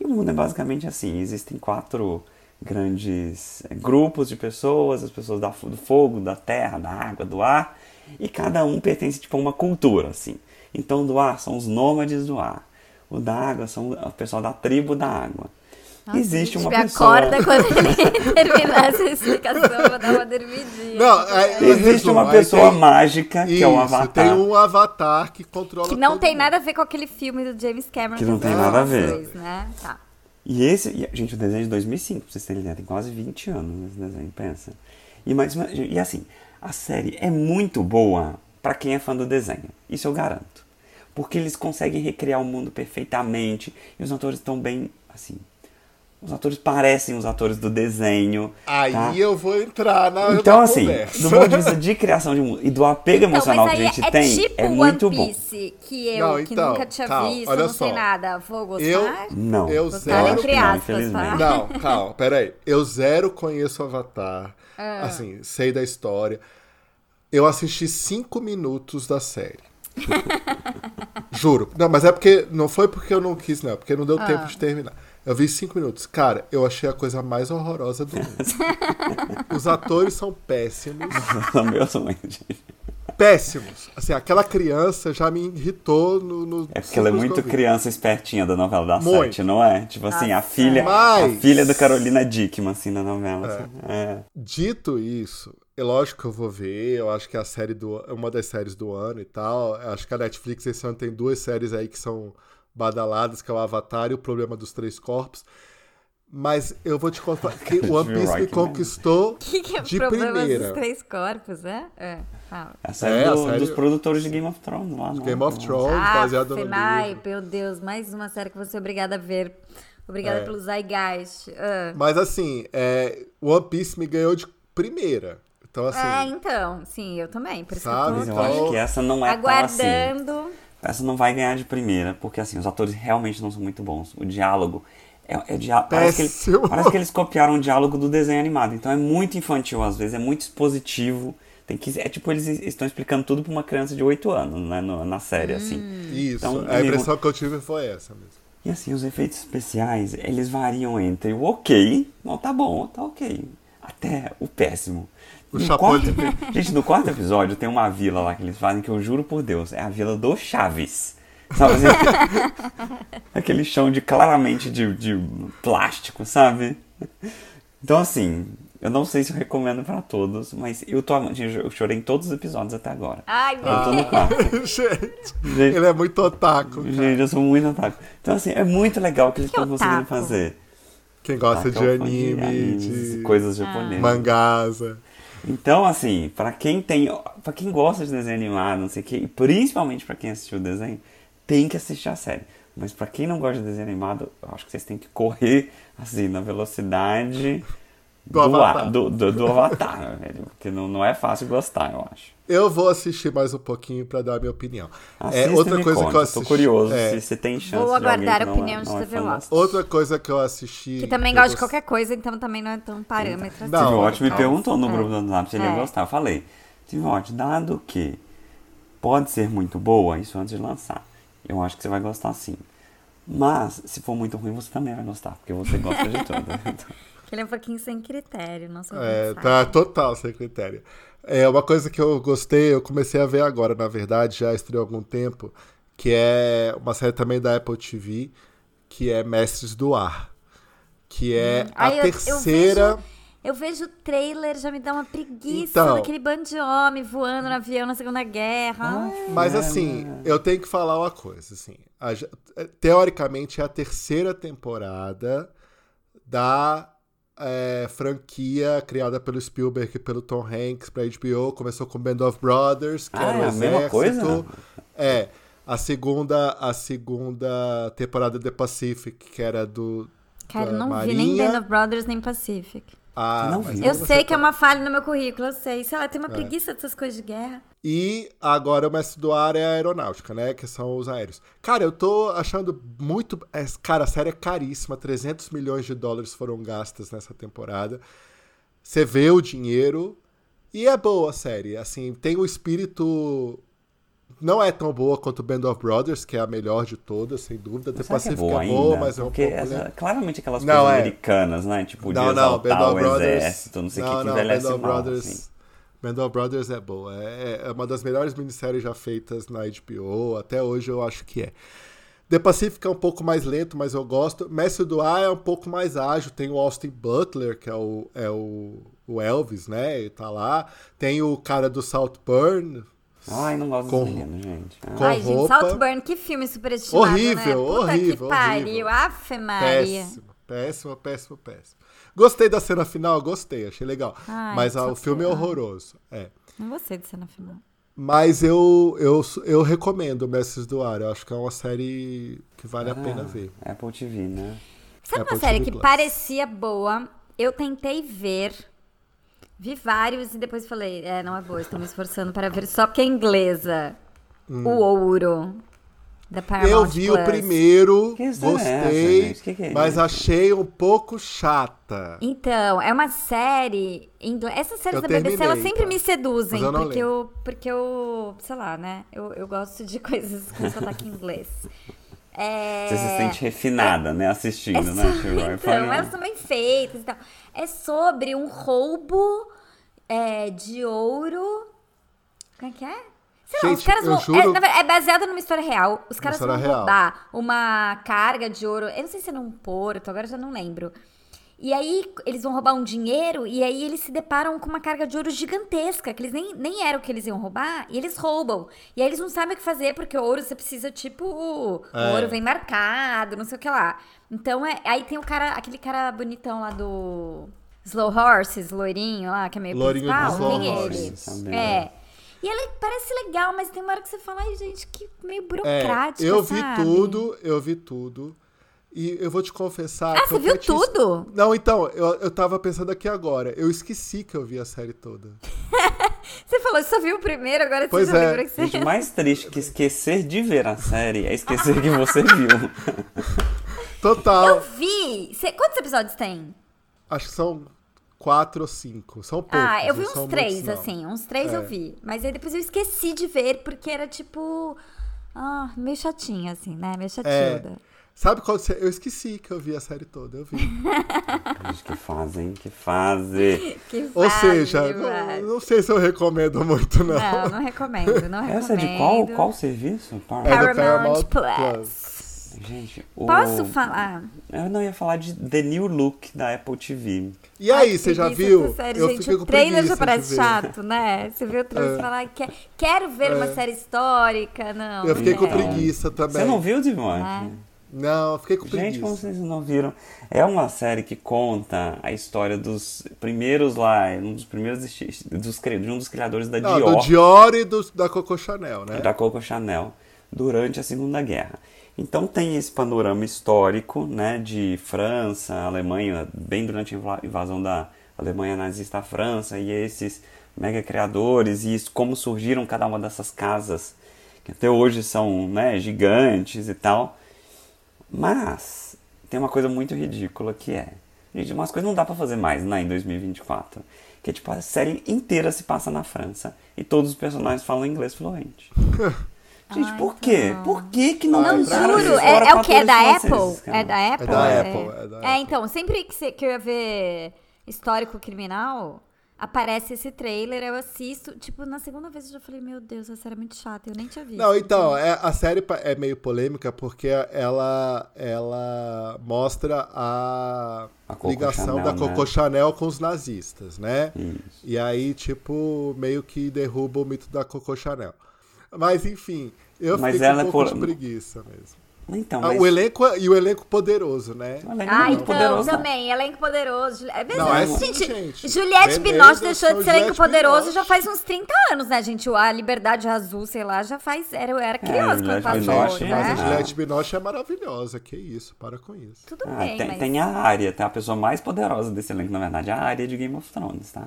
C: E o mundo é basicamente assim: existem quatro grandes eh, grupos de pessoas, as pessoas da, do fogo, da terra, da água, do ar, e cada um pertence tipo, a uma cultura, assim. Então, do ar são os nômades do ar, o da água são o pessoal da tribo da água. Existe uma
B: me
C: pessoa.
B: acorda quando ele terminar essa explicação, eu vou dar uma dormidinha.
A: Não, é, aí-
C: Existe
A: Resumo,
C: uma
A: aí
C: pessoa
A: tem-
C: mágica que é o
A: Isso,
C: avatar.
A: tem um avatar que controla
B: Que não
A: todo
B: tem
A: mundo.
B: nada a ver com aquele filme do James Cameron.
C: Que não tem
B: eu
C: nada a
B: fiz,
C: ver.
B: Né? Tá.
C: E esse, e, gente, o desenho é de 2005, pra vocês terem ideia, tem quase 20 anos esse desenho, pensa. E, mais, uma- e assim, a série é muito boa pra quem é fã do desenho, isso eu garanto. Porque eles conseguem recriar o mundo perfeitamente e os atores estão bem, assim. Os atores parecem os atores do desenho.
A: Aí
C: tá?
A: eu vou entrar na
C: Então,
A: na
C: assim,
A: conversa.
C: do ponto de vista de criação de mundo e do apego
B: Então,
C: emocional
B: mas
C: que
B: aí
C: a gente
B: é
C: tem,
B: tipo
C: é muito
B: One
C: bom.
B: Piece, que eu,
A: Não,
B: que
A: então,
B: nunca tinha
A: calma,
B: visto,
A: olha
B: não sei
A: só.
B: nada. Vou gostar?
A: Eu-
C: Não.
A: Eu
C: acho
A: zero-
C: que
B: Entre
C: não,
B: aspas,
C: infelizmente.
B: tá?
A: Não, calma, peraí. Eu zero conheço Avatar. Assim, sei da história. Eu assisti cinco minutos da série. Juro. Não, mas é porque. Não foi porque eu não quis, não. é Porque não deu tempo de terminar. Eu vi cinco minutos. Cara, eu achei a coisa mais horrorosa do mundo. Os atores são péssimos.
C: Meu sonho, gente.
A: Péssimos. Assim, aquela criança já me irritou no. no
C: É porque ela
A: simples
C: é muito
A: que eu vi.
C: criança espertinha da novela da
A: Muito.
C: Sete, não é? Tipo assim, a filha,
A: Mas-
C: a filha do Carolina Dickman, assim, na novela. assim. É.
A: Dito isso, é lógico que eu vou ver, eu acho que é a série do é uma das séries do ano e tal. Eu Acho que a Netflix esse ano tem duas séries aí que são badaladas, que é o Avatar e o Problema dos Três Corpos. Mas eu vou te contar que o One Piece me
C: Right,
A: conquistou
B: O que, que é o
A: de
B: problema dos
A: primeira.
B: três corpos, né? É, fala.
C: A série,
A: É, a
C: do-
A: série-
C: dos produtores de Game of Thrones lá. né? não.
A: Game of Thrones,
B: Ah,
A: baseado no
B: Fenai,
A: livro.
B: meu Deus, mais uma série que você é obrigada a ver. Obrigada
A: É.
B: pelo Zeitgeist. Ah.
A: Mas assim, é, One Piece me ganhou de primeira. Então assim,
B: É, então, sim, eu também. Por isso
A: Sabe,
C: Mas
B: que
C: eu
B: eu tô aqui
C: acho que essa não é tão assim.
B: aguardando.
C: Essa não vai ganhar de primeira, porque assim, os atores realmente não são muito bons. O diálogo é, é dia- parece, que eles,
A: Péssimo.
C: parece que eles copiaram o diálogo do desenho animado. Então é muito infantil às vezes, é muito expositivo. Tem que, é tipo, eles estão explicando tudo pra uma criança de 8 anos, né? no- na série, assim.
A: isso.
C: Então,
A: a
C: amigo-
A: impressão que eu tive foi essa mesmo.
C: E assim, os efeitos especiais, eles variam entre o ok, não tá bom, tá ok, até o péssimo.
A: O
C: No
A: chapéu de-
C: epi- Gente, no quarto episódio tem uma vila lá que eles fazem que eu juro por Deus, é a vila do Chaves. Sabe? assim? Aquele chão de claramente de, de plástico, sabe? Então assim, eu não sei se eu recomendo pra todos, mas eu tô amando. Gente, Eu chorei em todos os episódios até agora.
B: Ai, meu
C: Eu tô no
B: Deus.
C: quarto.
A: Gente,
C: Gente,
A: ele é muito otaku. cara.
C: Gente, eu sou muito otaku. Então, assim, é muito legal o que eles
B: Que
C: estão conseguindo
B: otaku?
C: fazer.
A: Quem gosta de
C: Otaku é um fã
A: anime,
C: animes,
A: de é.
C: coisas
B: Ah.
C: japonesas.
A: mangasa.
C: Então, assim, pra quem tem, para quem gosta de desenho animado, não sei o quê, e principalmente pra quem assistiu o desenho, tem que assistir a série. Mas pra quem não gosta de desenho animado, eu acho que vocês têm que correr assim na velocidade
A: Do
C: ar-
A: Avatar.
C: do, do- do avatar, velho, porque não, não é fácil gostar, eu acho.
A: Eu vou assistir mais um pouquinho pra dar a minha opinião.
C: Assista
A: é outra
C: e me
A: coisa
C: conta.
A: que eu assisti.
C: Tô curioso
A: é,
C: se você tem chance
B: Vou
C: de alguém
B: aguardar
C: que
B: a
C: não é-
B: opinião de
C: não é
B: TV
C: fã
B: Lost.
C: dessa
A: Outra coisa que eu assisti.
B: Que também
A: eu
B: gosta de
A: gost-
B: qualquer coisa, então também não é tão parâmetro
A: Não,
B: assim.
C: Steve
A: olha,
C: Watch me
A: calma.
C: um perguntou no grupo do WhatsApp se ele ia
B: É.
C: gostar. Eu falei, Steve Watch, dado que pode ser muito boa, isso antes de lançar, eu acho que você vai gostar sim. Mas, se for muito ruim, você também vai gostar, porque você gosta de tudo. Então,
B: Que ele é um pouquinho sem critério, não sei
A: É, tá total sem critério. É uma coisa que eu gostei, eu comecei a ver agora, na verdade, já estreou há algum tempo, que é uma série também da Apple TV, que é Mestres do Ar. Que é a
B: Hum, Ai, eu- eu
A: terceira.
B: vejo- Eu vejo o trailer, já me dá uma preguiça
A: Então.
B: daquele bando de homem voando no avião na Segunda Guerra. Ai,
A: Mas
C: É,
A: assim, eu tenho que falar uma coisa, assim. A ge- teoricamente é a terceira temporada da é, franquia criada pelo Spielberg e pelo Tom Hanks pra HBO. Começou com Band of Brothers, que
C: Ah,
A: era o
C: é a mesma
A: exército.
C: coisa?
A: É. A segunda, a segunda temporada de Pacific, que era do
B: Cara, eu não
A: Marinha.
B: vi nem Band of Brothers nem Pacific.
A: Ah,
C: Não
A: mas
C: vi.
A: aí
B: Eu
A: você
B: sei que é
A: tá-
B: uma falha no meu currículo, eu sei. Sei lá, tem uma preguiça dessas coisas de guerra.
A: E agora o mestre do ar é a aeronáutica, né? Que são os aéreos. Cara, eu tô achando muito. é, Cara, a série é caríssima. 300 milhões de dólares foram gastas nessa temporada. Você vê o dinheiro. E é boa a série. Assim, tem o espírito. Não é tão boa quanto Band of Brothers, que é a melhor de todas, sem dúvida. The
C: Será que é
A: Pacific
C: boa
A: é boa,
C: ainda?
A: mas é um
C: Porque
A: pouco.
C: essa-
A: lenta.
C: claramente aquelas
A: Não,
C: coisas
A: é.
C: americanas, né? Tipo,
A: Não,
C: de
A: não,
C: exaltar
A: Band of
C: o
A: Brothers.
C: exército, não sei o que,
A: não,
C: que
A: não,
C: envelhece
A: Band of
C: mal,
A: Brothers.
C: assim.
A: Band of Brothers é boa. É, é uma das melhores minisséries já feitas na HBO. Até hoje eu acho que é. The Pacific é um pouco mais lento, mas eu gosto. Mestre do Ar é um pouco mais ágil. Tem o Austin Butler, que é o, é o, o Elvis, né? Ele tá lá. Tem o cara do Southburn.
C: Ai, não gosto
A: Com-
C: desse menino, gente. Ah.
A: com-
B: Ai, gente,
A: roupa.
B: Saltburn, que filme superestimado, né?
A: Horrível,
B: Puta
A: horrível,
B: que pariu,
A: horrível.
B: Afe Maria.
A: Péssimo, péssimo, péssimo, péssimo. Gostei da cena final, gostei, achei legal.
B: Ai,
A: mas ah,
B: só
A: o filme é
B: que-
A: horroroso. É.
B: Não gostei de ser na final.
A: Mas eu, eu, eu recomendo Mestres do Ar. Eu acho que é uma série que vale a pena ver.
C: Ah, Apple TV, né?
B: Sabe
A: Apple
B: uma série
A: TV+.
B: que parecia boa? Eu tentei ver, vi vários e depois falei, é, não é boa, estou me esforçando para ver só porque é inglesa. O Ouro, da Paramount
A: Hum. eu vi o
B: É, Plus.
A: primeiro,
C: Que série é essa,
A: gostei,
C: gente? Que que é
A: mas
C: isso?
A: achei um pouco chata.
B: Então, é uma série inglesa. Essas séries
A: Eu
B: da BBC, elas
A: terminei,
B: sempre
A: tá?
B: me seduzem,
A: Mas eu não
B: porque
A: lembro.
B: eu, porque eu, sei lá, né? Eu, eu gosto de coisas com sotaque inglês. É...
C: Você se sente refinada, né? Assistindo,
B: É
C: né?
B: so-
C: Tipo, eu falei,
B: então, elas são bem feitas e tal. É sobre um roubo é, de ouro. Como é que é? Sei lá, os
A: Gente,
B: caras
A: eu
B: vão. É,
A: juro-
B: na verdade, é baseado numa história real. Os caras
A: história
B: vão
A: real.
B: roubar Ah, uma carga de ouro. Eu não sei se é num porto, agora eu já não lembro. E aí eles vão roubar um dinheiro e aí eles se deparam com uma carga de ouro gigantesca, que eles nem, nem era o que eles iam roubar, e eles roubam. E aí eles não sabem o que fazer, porque o ouro você precisa, tipo, o
A: É.
B: ouro vem marcado, não sei o que lá. Então é, aí tem o cara, aquele cara bonitão lá do Slow Horses, loirinho lá, que é meio
A: Lourinho do
B: principal,
A: Slow
B: tem ele.
A: Horses.
C: Também.
B: É. E ele parece legal, mas tem uma hora que você fala, ai, gente, que meio
A: É,
B: burocrático.
A: eu vi
B: sabe?
A: tudo, eu vi tudo. E eu vou te confessar.
B: Ah,
A: que
B: você
A: eu
B: viu
A: até tinha-
B: tudo?
A: Não, então, eu, eu tava pensando aqui agora. Eu esqueci que eu vi a série toda.
B: Você falou, só viu o primeiro, agora
A: Pois
B: você já
A: é.
B: lembrou que você.
C: Gente, mais triste que esquecer de ver a série é esquecer que você viu.
A: Total.
B: Eu vi! Cê- quantos episódios tem?
A: Acho que são quatro ou cinco. São poucos.
B: ah, eu vi
A: não
B: uns
A: são
B: três,
A: muitos, não.
B: assim. Uns três eu
A: É.
B: vi. Mas aí depois eu esqueci de ver, porque era tipo. Ah, meio chatinha, assim, né?
A: É.
B: Meio chatilda.
A: Sabe qual. você- Eu esqueci que eu vi a série toda, eu vi.
C: Gente, que fase, hein? Que fase.
B: Que
A: Ou
B: vale,
A: seja,
B: vale.
A: não, não sei se eu recomendo muito, não.
B: Não, não recomendo, não recomendo.
C: Essa é de qual, qual serviço? Par-
A: É do
B: Paramount
A: Paramount
B: Plus.
C: Gente, o...
B: Posso falar?
C: Eu não ia falar de The New Look da Apple TV.
A: E aí,
B: Ai, que
A: você já
B: preguiça
A: viu?
B: essa série,
A: eu
B: gente,
A: fiquei
B: o
A: com
B: trailer
A: preguiça
B: já
A: de
B: parece
A: ver.
B: chato, né? Você vê o trailer e
A: É.
B: fala, "Quer- quero ver uma série histórica, não. É.
A: Eu fiquei
B: não
A: com
B: quero."
A: preguiça também.
C: Você não viu, Dimonte?
B: Ah.
A: Não, eu fiquei com
C: Gente,
A: preguiça.
C: como vocês não viram? É uma série que conta a história dos primeiros lá, um dos primeiros esti- dos, cri- de um dos criadores da
A: Não,
C: Dior,
A: do Dior e do, da Coco Chanel, né?
C: da Coco Chanel, durante a Segunda Guerra. Então tem esse panorama histórico, né, de França, Alemanha, bem durante a inva- invasão da Alemanha nazista à França e esses mega criadores e isso, como surgiram cada uma dessas casas que até hoje são, né, gigantes e tal. Mas tem uma coisa muito ridícula que é. Gente, umas coisas não dá pra fazer mais, né, em 2024. Que tipo, a série inteira se passa na França e todos os personagens falam inglês fluente. Gente,
B: Ah,
C: por quê?
B: então.
C: Por que que não
B: Não,
C: entraram
B: juro,
C: esses
B: é, é o que? É
C: atores
B: da
C: franceses,
B: Apple?
C: cara?
B: É da Apple?
A: da Apple, Ah, é da Apple.
B: então, sempre que, cê- que eu ia ver histórico criminal, aparece esse trailer, eu assisto. Tipo, na segunda vez eu já falei, meu Deus, essa série é muito chata, eu nem tinha visto.
A: Não, então, é- a série pa- é meio polêmica porque ela, ela mostra a,
C: A Coco
A: ligação
C: Chanel,
A: da Coco
C: né?
A: Chanel com os nazistas, né?
C: Isso.
A: E aí, tipo, meio que derruba o mito da Coco Chanel. Mas, enfim, eu
C: Mas
A: fiquei com
C: ela é
A: um pouco
C: pol-
A: de preguiça mesmo.
C: Então,
A: Ah,
C: mas...
A: O elenco e o elenco poderoso, né?
C: o elenco não
B: Ah,
C: é
B: então,
C: poderoso, não.
B: também, elenco poderoso. Juli- É verdade.
A: Não, é assim,
B: gente,
A: gente.
B: Juliette
A: Beleza,
B: Binoche deixou de ser
A: sou
B: elenco
A: Juliette
B: poderoso
A: Binoche.
B: já faz uns 30 anos, né, gente? O A Liberdade Azul, sei lá, já faz. Era, eu
A: É,
B: era criança quando
C: Juliette
B: passou,
C: Binoche,
B: né?
A: Mas a
C: Ah.
A: Juliette Binoche é maravilhosa, que isso, para com isso.
B: Tudo
C: Ah,
B: bem,
C: tem,
B: mas.
C: tem a área, tem a pessoa mais poderosa desse elenco, na verdade, a área de Game of Thrones, tá?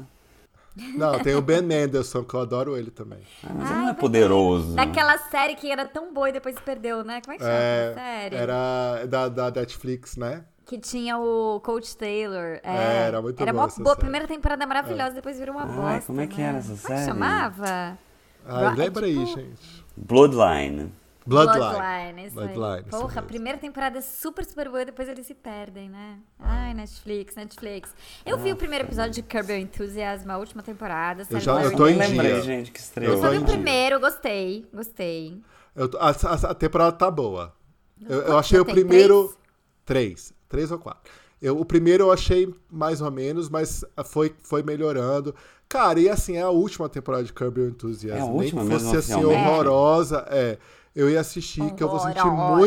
A: Não, tem o Ben Mendelsohn, que eu adoro ele também.
C: Ah, mas
B: Ai,
C: ele não é
B: vai-
A: Uhum.
C: poderoso.
B: Daquela série que era tão boa e depois se perdeu, né? Como é que chama
A: É,
B: essa série?
A: era da, da Netflix, né?
B: Que tinha o Coach Taylor.
A: É, era muito
B: Era
A: boa
B: uma
A: essa
B: boa.
A: série. É.
B: Primeira temporada maravilhosa, depois virou uma bosta.
C: Ai, como é que
B: né?
C: era essa
B: Como é que
C: série?
B: chamava?
A: Ah,
B: Bro-
A: lembra
B: é
A: aí,
B: tipo-
A: gente.
C: Bloodline.
A: Bloodline.
B: isso aí.
A: Bloodline. isso
B: Porra, a
A: mesmo.
B: primeira temporada é super, super boa, depois eles se perdem, né? Ai, Netflix, Netflix. Eu vi o primeiro episódio de Curb Your Enthusiasm, a última temporada. série
A: já-
B: do
A: eu
B: Larry
A: tô em
C: Nem
B: David.
C: lembrei,
A: dia.
C: gente, que
A: Eu
B: Eu
A: tô
C: estrela.
B: só vi
A: em
B: o
A: dia.
B: primeiro, gostei, gostei.
A: Eu tô- a, a- a temporada tá boa. Eu, eu
B: Quantos
A: achei o
B: tem?
A: primeiro. Três. Três ou quatro. Eu, o primeiro eu achei mais ou menos, mas foi, foi melhorando. Cara, e assim, é a última temporada de Curb Your Enthusiasm.
C: É a última
A: Nem que
C: mesmo,
A: fosse assim,
C: oficialmente?
A: horrorosa. É. Eu ia assistir, que eu vou sentir
B: Horrorosa.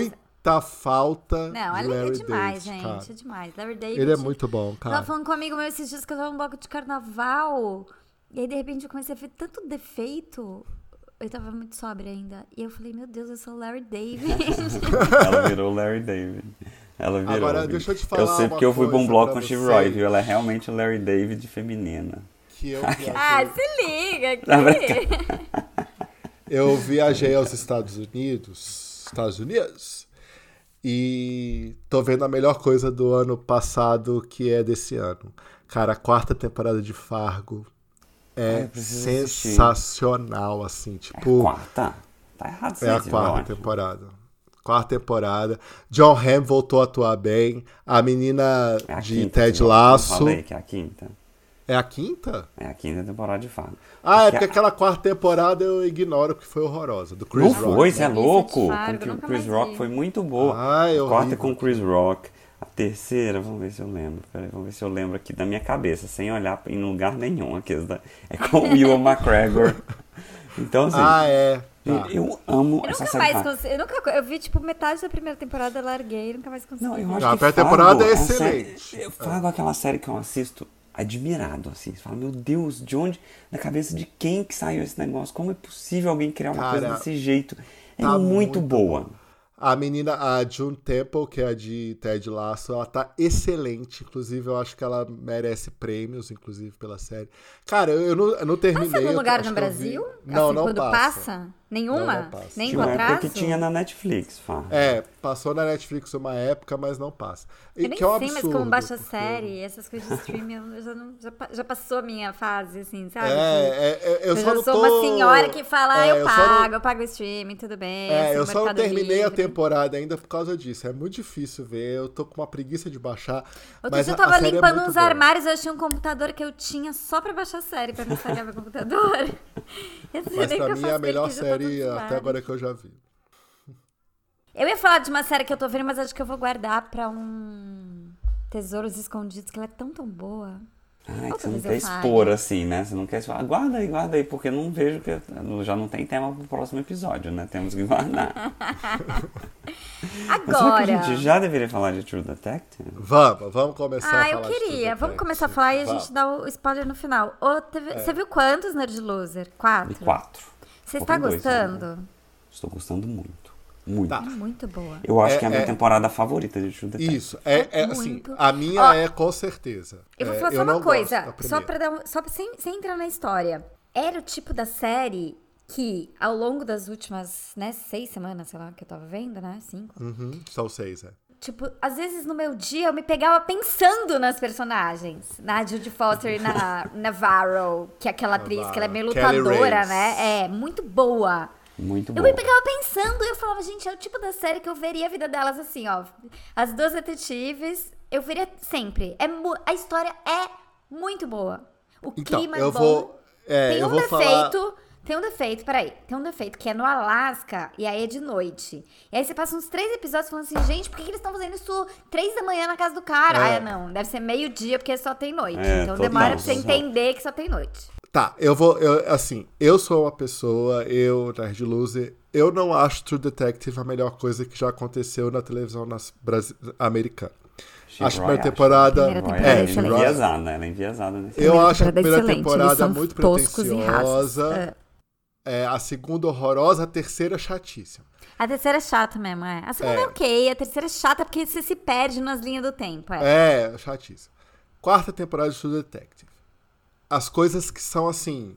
A: muita falta
B: Não,
A: de
B: ali é
A: Larry
B: demais,
A: David,
B: gente,
A: cara.
B: é demais. Larry David.
A: Ele é muito bom,
B: Eu Tava
A: cara.
B: falando com um amigo meu esses dias que eu tava num bloco de carnaval. E aí, de repente, eu comecei a ver tanto defeito. Eu tava muito sóbria ainda. E eu falei, meu Deus, eu sou Larry David.
C: Ela virou Larry David. Ela virou.
A: Agora,
C: viu?
A: deixa eu te falar
C: Eu sei
A: uma
C: porque eu fui pra um
A: coisa
C: bloco
A: pra
C: com a Steve Roy,
A: vocês.
C: viu? Ela é realmente o Larry David feminina.
A: Que eu
B: ah,
A: viajei,
B: se liga aqui.
C: Tá brincando.
A: eu viajei aos Estados Unidos. Estados Unidos. E tô vendo a melhor coisa do ano passado que é desse ano. Cara, a quarta temporada de Fargo
C: Ai,
A: é
C: Ah, eu preciso assistir. É
A: sensacional, assim, tipo,
C: Quarta? Tá errado isso
A: é a
C: aí, Steve Roy.
A: quarta temporada. Quarta temporada. John Hamm voltou a atuar bem. A menina
C: É a
A: de
C: quinta,
A: Ted
C: Steve Roy. Eu
A: Lasso.
C: Falei que é a quinta.
A: É a quinta?
C: É a quinta temporada de fato.
A: Ah, é porque aquela quarta temporada eu ignoro porque foi horrorosa. Do Chris
C: Não
A: Rock. né?
C: foi, você é
B: Eu vi essa
C: louco.
B: de Fargo,
C: Com o
B: nunca
C: Chris
B: mais
C: Rock
B: vi.
C: foi muito boa.
A: Ai, é
C: a quarta
A: horrível.
C: com o Chris Rock. A terceira, vamos ver se eu lembro. Peraí, vamos ver se eu lembro aqui da minha cabeça, sem olhar em lugar nenhum. Aqui, é com o Ewan McGregor. Então, assim,
A: Ah, é. Tá.
C: eu amo
B: Eu
C: essa
B: nunca
C: série.
B: mais
C: cara.
B: consegui. Eu, nunca, eu vi, tipo, metade da primeira temporada, larguei, nunca mais consegui.
C: Não, eu acho
A: A
C: que
A: primeira
C: Fargo
A: temporada é
C: uma série-
A: excelente.
C: eu- Fargo é aquela série que eu assisto admirado, assim. Você fala, meu Deus, de onde, na cabeça de quem que saiu esse negócio? Como é possível alguém criar uma
A: Cara,
C: coisa desse jeito? É
A: tá
C: muito
A: muito
C: boa.
A: A menina, a June Temple, que é a de Ted Lasso, ela tá excelente. Inclusive, eu acho que ela merece prêmios, inclusive, pela série. Cara, eu, eu não, eu não terminei.
B: Passa em algum
A: eu
B: lugar
A: acho
B: no
A: que eu vi-
B: Brasil?
A: Não,
B: Assim,
A: não
B: quando
A: passa.
B: Nenhuma?
A: Não, não passa.
B: Nem
C: Tinha
B: com
C: uma época
B: atraso?
C: que tinha na Netflix, Fargo.
A: É, passou na Netflix uma época, mas não passa. E
B: Eu nem
A: que é um
B: sei,
A: absurdo,
B: mas como baixa
A: porque-
B: série, essas coisas de streaming, eu já, não- já, pa- já passou a minha fase, assim,
A: É,
B: sabe? Assim,
A: é, é, eu,
B: eu
A: só
B: já
A: não
B: sou
A: tô-
B: uma senhora que fala, "Ah,
A: É, só
B: eu,
A: não-
B: pago, eu pago o streaming, tudo bem.
A: É,
B: assim,
A: eu só não
B: Mercado
A: terminei a
B: Livre.
A: temporada ainda por causa disso. É muito difícil ver, eu tô com uma preguiça de baixar.
B: Outro
A: mas a-
B: dia eu
A: a
B: tava
A: série é
B: limpando
A: muito
B: uns
A: boa.
B: armários, eu achei um computador que eu tinha só pra baixar série, pra não estragar meu computador. Eu sei
A: Mas
B: nem o que
A: pra
B: eu
A: mim
B: faço
A: é a
B: com ele,
A: melhor
B: que já tá tudo
A: série
B: zoado.
A: até agora que eu já vi.
B: Eu ia falar de uma série que eu tô vendo, mas acho que eu vou guardar pra um Tesouros Escondidos, que ela é tão, tão boa.
C: Ai, que
B: Outra
C: você não
B: vez
C: quer
B: eu falho.
C: expor assim, né? Você não quer expor. Ah, guarda aí, guarda aí, porque eu não vejo que já não tem tema pro próximo episódio, né? Temos que guardar.
A: é
C: Mas será que
B: Agora...
C: a gente já deveria falar de True Detective?
A: Vamos, vamos começar a
B: Ah, eu
A: falar de
B: queria.
A: tudo, Tati.
B: Vamos começar a falar e a gente
A: Vamos.
B: dá o spoiler no final. Ô, teve-
A: É.
B: Você viu quantos Nerd Loser? Quatro?
C: E quatro.
B: Você
C: Ou
B: está
C: tem dois, né?
B: gostando?
C: Estou gostando muito. Muito.
A: Tá.
B: É muito boa.
C: Eu acho
A: É,
C: que é a minha
A: é.
C: temporada favorita de True Detective.
A: Isso, é, é
B: Muito.
A: assim, a minha
B: Ó,
A: é com certeza.
B: Eu vou
A: É,
B: falar só
A: não
B: uma coisa,
A: gosto da
B: só
A: primeira.
B: pra dar um, só pra- sem, sem entrar na história. Era o tipo da série que, ao longo das últimas, né, seis semanas, sei lá, que eu tava vendo, né? Cinco.
A: Uhum, são seis, é.
B: Tipo, às vezes no meu dia eu me pegava pensando nas personagens. Na Judy Foster e na Navarro, que é aquela atriz que ela é meio
A: Kelly
B: lutadora,
A: Reyes.
B: né? É, muito boa.
C: Muito
B: Eu
C: bom.
B: me pegava pensando e eu falava, gente, é o tipo da série que eu veria a vida delas assim, ó. As duas detetives, eu veria sempre. É mu- a história é muito boa. O
A: Então,
B: clima é
A: eu
B: bom.
A: vou. É,
B: tem
A: eu
B: um
A: vou falar.
B: defeito, tem um defeito, peraí. Tem um defeito que é no Alasca e aí é de noite. E aí você passa uns três episódios falando assim, gente, por que, que eles estão fazendo isso três da manhã na casa do cara?
A: É.
B: Ah, não, deve ser meio-dia porque só tem noite.
C: É,
B: então
C: total,
B: demora pra você
C: total.
B: entender que só tem noite.
A: Tá, eu vou. eu- assim, eu sou uma pessoa, eu, Nerd Loser, eu não acho True Detective a melhor coisa que já aconteceu na televisão nas, brasi- americana.
C: She
A: Acho que a
C: Roy,
A: primeira temporada.
B: Primeira
C: Roy,
B: temporada
A: é,
C: ela
A: She
C: é
B: excelente.
A: Roy-
C: enviesada, ela é enviesada. nesse-
A: eu acho a primeira
B: excelente, eles
A: temporada
B: são
A: muito
B: toscos e rasos.
A: pretensiosa. É, a segunda horrorosa, a terceira é chatíssima.
B: A terceira é chata mesmo, é. A segunda é.
A: É.
B: ok, a terceira é chata porque você se perde nas linhas do tempo. É.
A: É, chatíssimo. Quarta temporada de True Detective. As coisas que são, assim,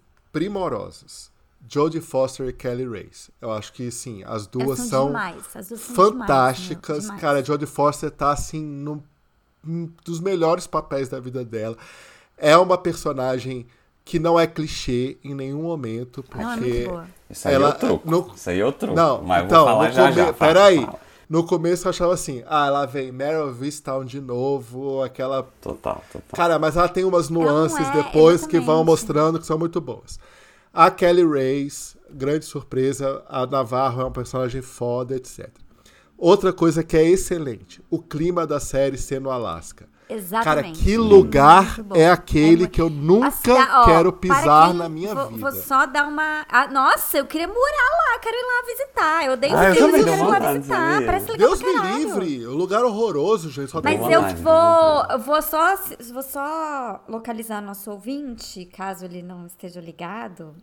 A: primorosas. Jodie Foster e Kelly Race. Eu acho que, sim, as
B: Elas
A: duas
B: são,
A: são,
B: demais. As duas são
A: fantásticas.
B: Demais, meu, demais.
A: Cara, a Jodie Foster tá, assim, num um dos melhores papéis da vida dela. É uma personagem que não é clichê em nenhum momento, porque...
B: Não, é muito boa.
C: Isso aí
A: Ela-
C: é o truco.
A: no-
C: Isso aí é o truco.
A: Não,
C: Mas eu
A: então,
C: vou falar
A: no
C: já
A: come-
C: já. fala,
A: peraí.
C: fala.
A: No começo eu achava assim, ah, lá vem Meryl Vistown de novo, aquela
C: Total, total.
A: Cara, mas ela tem umas nuances
B: é,
A: depois que vão
B: exatamente.
A: mostrando que são muito boas. A Kelly Reis, grande surpresa, a Navarro é um personagem foda, etc. Outra coisa que é excelente, o clima da série sendo Alasca. Cara,
B: Exatamente.
A: que lugar
B: Muito bom.
A: é aquele
B: É
A: que eu
B: A
A: nunca
B: cida- ó,
A: quero
B: para
A: pisar
B: quem-
A: na minha
B: vou,
A: vida?
B: Vou só dar uma. ah, nossa, eu queria morar lá, quero ir lá visitar. Eu odeio
C: Ah, eu
B: os filmes,
C: também
B: eu
C: dou
B: quero ir lá
C: vontade,
B: visitar.
C: sabia?
B: Parece legal
A: Deus
B: pra
A: me
B: caralho.
A: livre, o lugar horroroso, gente. Só tem
B: Mas
C: Dou
A: uma-
B: eu
C: vontade, dou
B: vou,
C: vontade.
B: eu vou só, vou só localizar nosso ouvinte, caso ele não esteja ligado.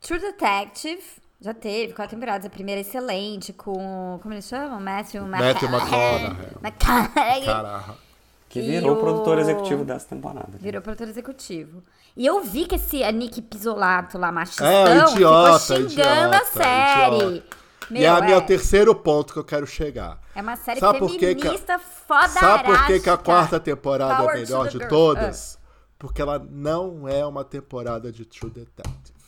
B: True Detective já teve quatro temporadas. A primeira é excelente com como eles chamam, Matthew
A: Matthew
B: McConaughey. McConaughey.
A: Caraca.
C: Que
B: E
C: virou
B: o-
C: produtor executivo dessa temporada.
B: Virou produtor executivo. E eu vi que esse Nick Pisolato lá, machistão,
A: É, o idiota,
B: ficou xingando a
A: idiota,
B: série.
A: idiota.
B: Meu,
A: e é o
B: é,
A: meu terceiro ponto que eu quero chegar.
B: é uma série
A: Sabe por que que a-
B: feminista foda
A: Sabe por que, que a quarta temporada
B: Power
A: é
B: to
A: melhor
B: the
A: de
B: girl.
A: todas? Porque ela não é uma temporada de True Detective.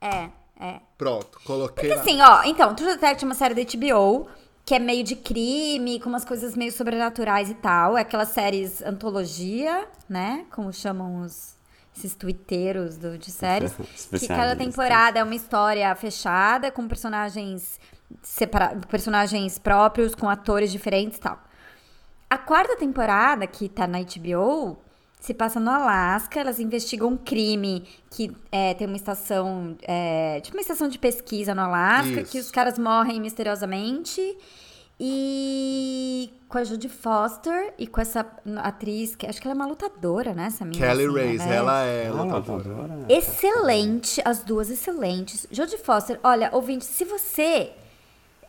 B: É, é.
A: Pronto, coloquei.
B: Porque
A: na-
B: assim, ó, então, True Detective é uma série da HBO que é meio de crime, com umas coisas meio sobrenaturais e tal. É aquelas séries antologia, né? Como chamam os esses twitteiros do- de séries. que cada
C: Especialistas.
B: temporada é uma história fechada, com personagens separa- personagens próprios, com atores diferentes e tal. A quarta temporada, que tá na HBO, se passa no Alasca. Elas investigam um crime que é, tem uma estação. é, tipo uma estação de pesquisa no Alasca,
A: Isso.
B: que os caras morrem misteriosamente. E com a Judy Foster e com essa atriz, que acho que ela é uma lutadora, né? Essa menina.
A: Kelly
B: assim,
A: Reis,
B: né?
A: ela é.
C: Ah,
A: Ela tá
C: lutadora.
B: Excelente, as duas excelentes. Jodie Foster, olha, ouvinte, se você.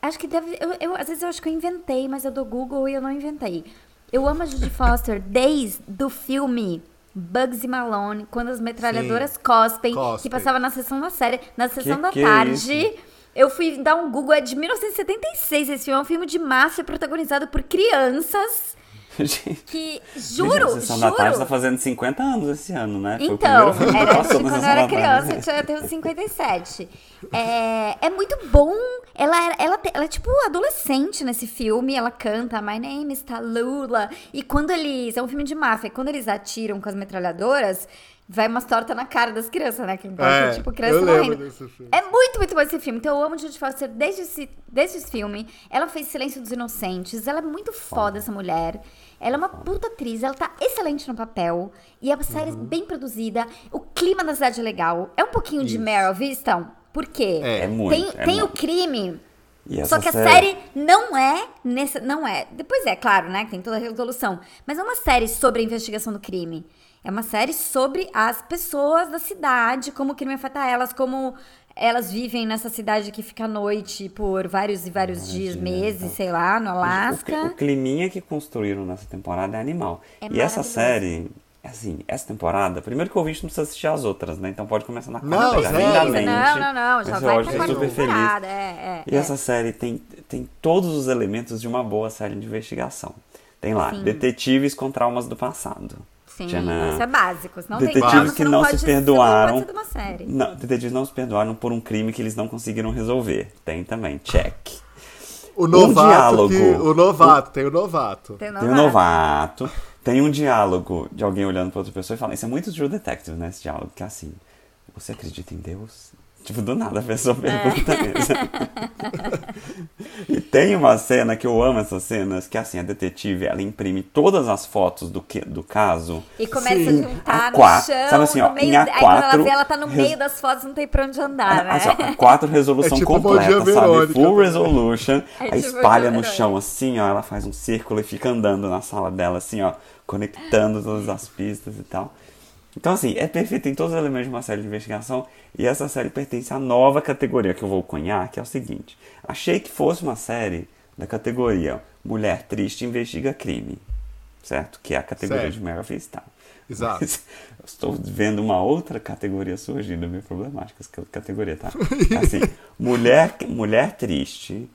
B: Acho que deve. Eu, eu- às vezes eu acho que eu inventei, mas eu dou Google e eu não inventei. Eu amo a Jodie Foster desde o filme Bugsy Malone, quando as metralhadoras cospem, que
A: cospem.
B: passava na sessão da série, na sessão da
C: que é
B: tarde. eu fui dar um Google, é de 1976 esse filme, é um filme de máfia protagonizado por crianças
C: Gente,
B: que,
C: gente,
B: juro,
C: a Sessão
B: juro,
C: da Tarde tá fazendo 50 anos esse ano, né? Foi o
B: então,
C: primeiro filme que
B: era
C: passou
B: de
C: na
B: quando eu
C: Sessão
B: era
C: da Tarde.
B: criança, eu tinha- eu tenho 57. É, é muito bom. Ela, era- ela, te- ela é tipo adolescente nesse filme. Ela canta My Name is Talula. E quando eles. É um filme de máfia. e Quando eles atiram com as metralhadoras, vai umas tortas na cara das crianças, né? Que não pode
A: É,
B: ser, tipo criança
A: eu lembro
B: morrendo.
A: desse filme.
B: É muito, muito bom esse filme. Então eu amo Judy Foster desde esse, desde esse filme. Ela fez Silêncio dos Inocentes. Ela é muito foda, essa mulher. Ela é uma puta atriz. Ela tá excelente no papel. E a série é bem produzida. O clima da cidade é legal. É um pouquinho de
A: Isso.
B: Meryl, vistam? Por quê?
A: É,
C: É muito.
B: Tem,
C: é
B: tem o
C: muito.
B: crime.
C: E essa
B: Só que a série não é nessa. Não é. Depois é, claro, né? Que tem toda a resolução. Mas é uma série sobre a investigação do crime. É uma série sobre as pessoas da cidade, como o crime afeta elas, como elas vivem nessa cidade que fica à noite por vários e vários dias, meses, sei lá, no
C: então. O,
B: Alasca.
C: o climinha que construíram nessa temporada é animal.
B: É
C: e essa
B: maravilhoso.
C: série, assim, essa temporada, primeiro que o ouvinte não precisa assistir as outras, né? Então pode começar na quarta.
A: Não,
C: já
A: precisa,
C: vem da mente.
B: Não, não, não. Já
C: Esse
B: vai
C: áudio
B: pra
C: tá
B: quarta
C: super feliz.
B: temporada. É, é,
C: E
B: é.
C: essa série tem, tem todos os elementos de uma boa série de investigação. Tem lá, detetives com traumas do passado.
B: Sim,
C: Tchanan.
B: isso é básico. Senão tem
C: detetives
B: como,
C: que
B: você
C: não,
B: pode,
C: se
B: você não
C: perdoaram.
B: Pode ser de uma série.
C: Não, detetives não se perdoaram por um crime que eles não conseguiram resolver. Tem também, check.
A: O novato.
C: diálogo.
A: que- o novato, tem o novato.
C: Tem um novato, tem um diálogo de alguém olhando pra outra pessoa e falando, isso é muito True Detective, né, esse diálogo, que é assim, você acredita em Deus? Tipo, do nada a pessoa pergunta isso. e tem uma cena que eu amo essas cenas, que assim, a detetive, ela imprime todas as fotos do, que, do caso.
B: E começa
C: Sim,
B: a juntar
C: A4.
B: no chão,
C: Sabe assim, ó,
B: no meio,
C: em A4,
B: aí quando ela vê, ela tá no
C: res-
B: meio das fotos, não tem pra onde andar, né?
C: Assim, ó, a quatro resolução
A: É tipo Bom
C: completa,
A: Dia
C: sabe?
A: Verônica.
C: Full resolution.
B: É
C: aí
B: tipo
C: espalha
B: Bom Dia
C: no chão assim, ó. Ela faz um círculo e fica andando na sala dela, assim, ó, conectando todas as pistas e tal. Então, assim, é perfeito em todos os elementos de uma série de investigação. E essa série pertence à nova categoria que eu vou cunhar, que é o seguinte: achei que fosse uma série da categoria Mulher Triste Investiga Crime, certo? Que é a categoria
A: Certo.
C: de Mary Freestyle.
A: Exato.
C: Mas eu estou vendo uma outra categoria surgindo, meio problemática essa categoria, tá? Assim, mulher, mulher triste,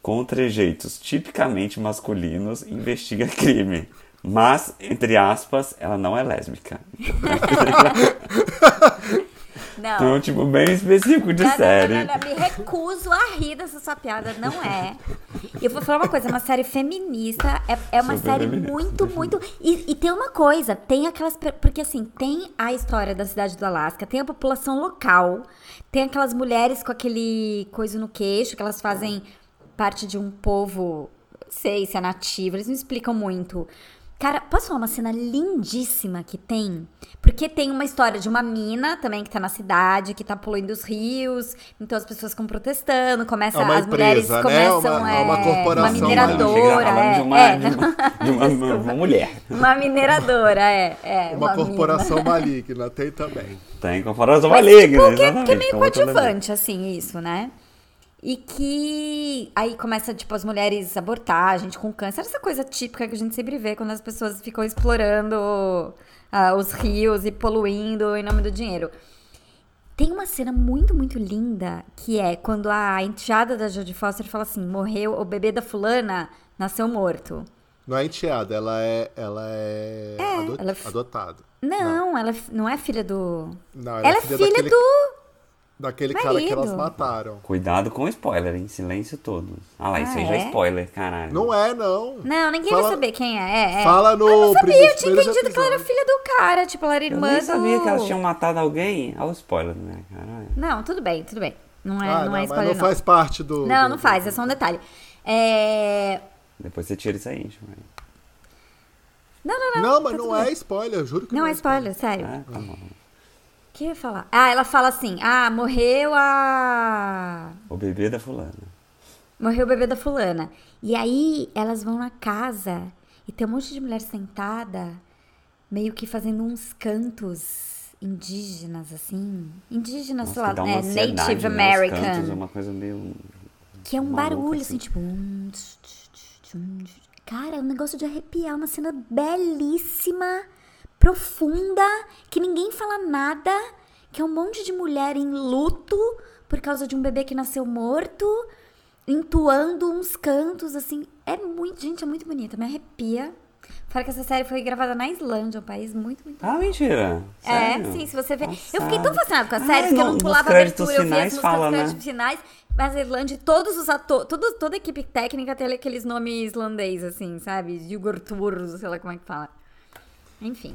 C: com trejeitos tipicamente masculinos, investiga crime. Mas, entre aspas, ela não é lésbica. Então é
B: Não.
C: um tipo bem específico de
B: Não, não,
C: série.
B: não, não, não, me recuso a rir dessa sua piada, não é. Eu vou falar uma coisa, é uma série feminista, é, é uma
C: Super
B: série
C: feminista,
B: muito,
A: Uhum.
B: muito. E, e tem uma coisa, tem aquelas. pe- Porque assim, tem a história da cidade do Alasca, tem a população local, tem aquelas mulheres com aquele coisa no queixo, que elas fazem parte de um povo, sei se é nativo, eles não explicam muito. Cara, posso falar uma cena lindíssima que tem? Porque tem uma história de uma mina também que tá na cidade, que tá poluindo os rios, então as pessoas ficam protestando, começa,
A: É uma
B: as mulheres
A: empresa, né?
B: começam,
A: Uma-
B: é,
A: uma corporação, né?
B: mineradora,
C: Chega lá falando
B: é,
C: de uma,
B: é,
C: de uma, de uma- uma mulher.
B: uma mineradora, é, é,
A: Uma
B: mina.
A: corporação maligna, tem também.
C: Tem tá? comparação
B: Mas,
C: maligna,
B: tipo, que- que, é
C: né? exatamente,
B: meio
C: com outra lésbica.
B: coadjuvante, assim, isso, né? E que aí começa, tipo, as mulheres abortar, gente com câncer, essa coisa típica que a gente sempre vê quando as pessoas ficam explorando ah, os rios e poluindo em nome do dinheiro. Tem uma cena muito, muito linda, que é quando a enteada da Jodie Foster fala assim, morreu, o bebê da fulana nasceu morto.
A: Não é enteada, ela é, ela é, ado-
B: ela f-
A: adotada.
B: Não, ela f- não é filha do...
A: Não,
B: Ela, é filha,
A: daquele,
B: do...
A: daquele cara que elas
B: marido.
A: mataram.
C: Cuidado com o spoiler, em silêncio todo. Ah lá, isso
B: Ah,
C: aí já é
B: é?
C: spoiler, caralho.
A: Não é, não.
B: Não, ninguém vai
A: Fala-
B: saber quem é. é, é.
A: Fala no
B: Eu não sabia, eu
A: primeiros-
B: tinha
A: primeiros
B: entendido que ela era
A: episódios.
B: filha do cara, tipo, ela era
C: Eu
B: irmã
C: nem sabia
B: do...
C: que um elas tinham matado alguém. Olha o spoiler, né? Caralho.
B: Não, tudo bem, tudo bem. Não é,
A: Ah,
B: não,
A: não,
B: é
A: mas
B: spoiler,
A: não
B: não.
A: faz parte do.
B: Não,
A: do-
B: não faz, é só um detalhe. É...
C: Depois você tira isso aí, gente. vai.
B: Não, não, não.
A: Não, mas
B: tá
A: não
B: tudo
A: é
B: bem.
A: spoiler, eu juro que
B: Não é spoiler, sério.
C: Ah, tá bom.
B: O que eu ia falar? Ah, ela fala assim, ah, morreu a...
C: O bebê da fulana.
B: Morreu o bebê da fulana. E aí elas vão na casa e tem um monte de mulher sentada, meio que fazendo uns cantos indígenas, assim. Indígenas,
C: Nossa,
B: sei lá,
C: que dá uma
B: é,
C: ansiedade,
B: Native
C: né? Os
B: American.
C: cantos, é uma coisa meio...
B: Que é um
C: maluca,
B: barulho, assim,
C: assim.
B: tipo. um tch, tch, tch, tch, um tch. Cara, é um negócio de arrepiar, uma cena belíssima, profunda, que ninguém fala nada, que é um monte de mulher em luto por causa de um bebê que nasceu morto, entoando uns cantos, assim. É muito. Gente, é muito bonita, me arrepia. Fora que essa série foi gravada na Islândia, um país muito, muito.
C: Ah, mentira.
B: É,
C: Sério?
B: sim, se você vê. eu
C: Passada.
B: fiquei tão fascinada com a
C: Ah,
B: série que eu não
C: nos
B: pulava a
C: créditos
B: abertura, eu via as
C: finais
B: músicas
C: fala,
B: dos
C: né?
B: créditos finais, mas a Irlanda, todos os atores, todos, toda a equipe técnica tem aqueles nomes islandês, assim, sabe? Sigurdur, sei lá como é que fala. Enfim,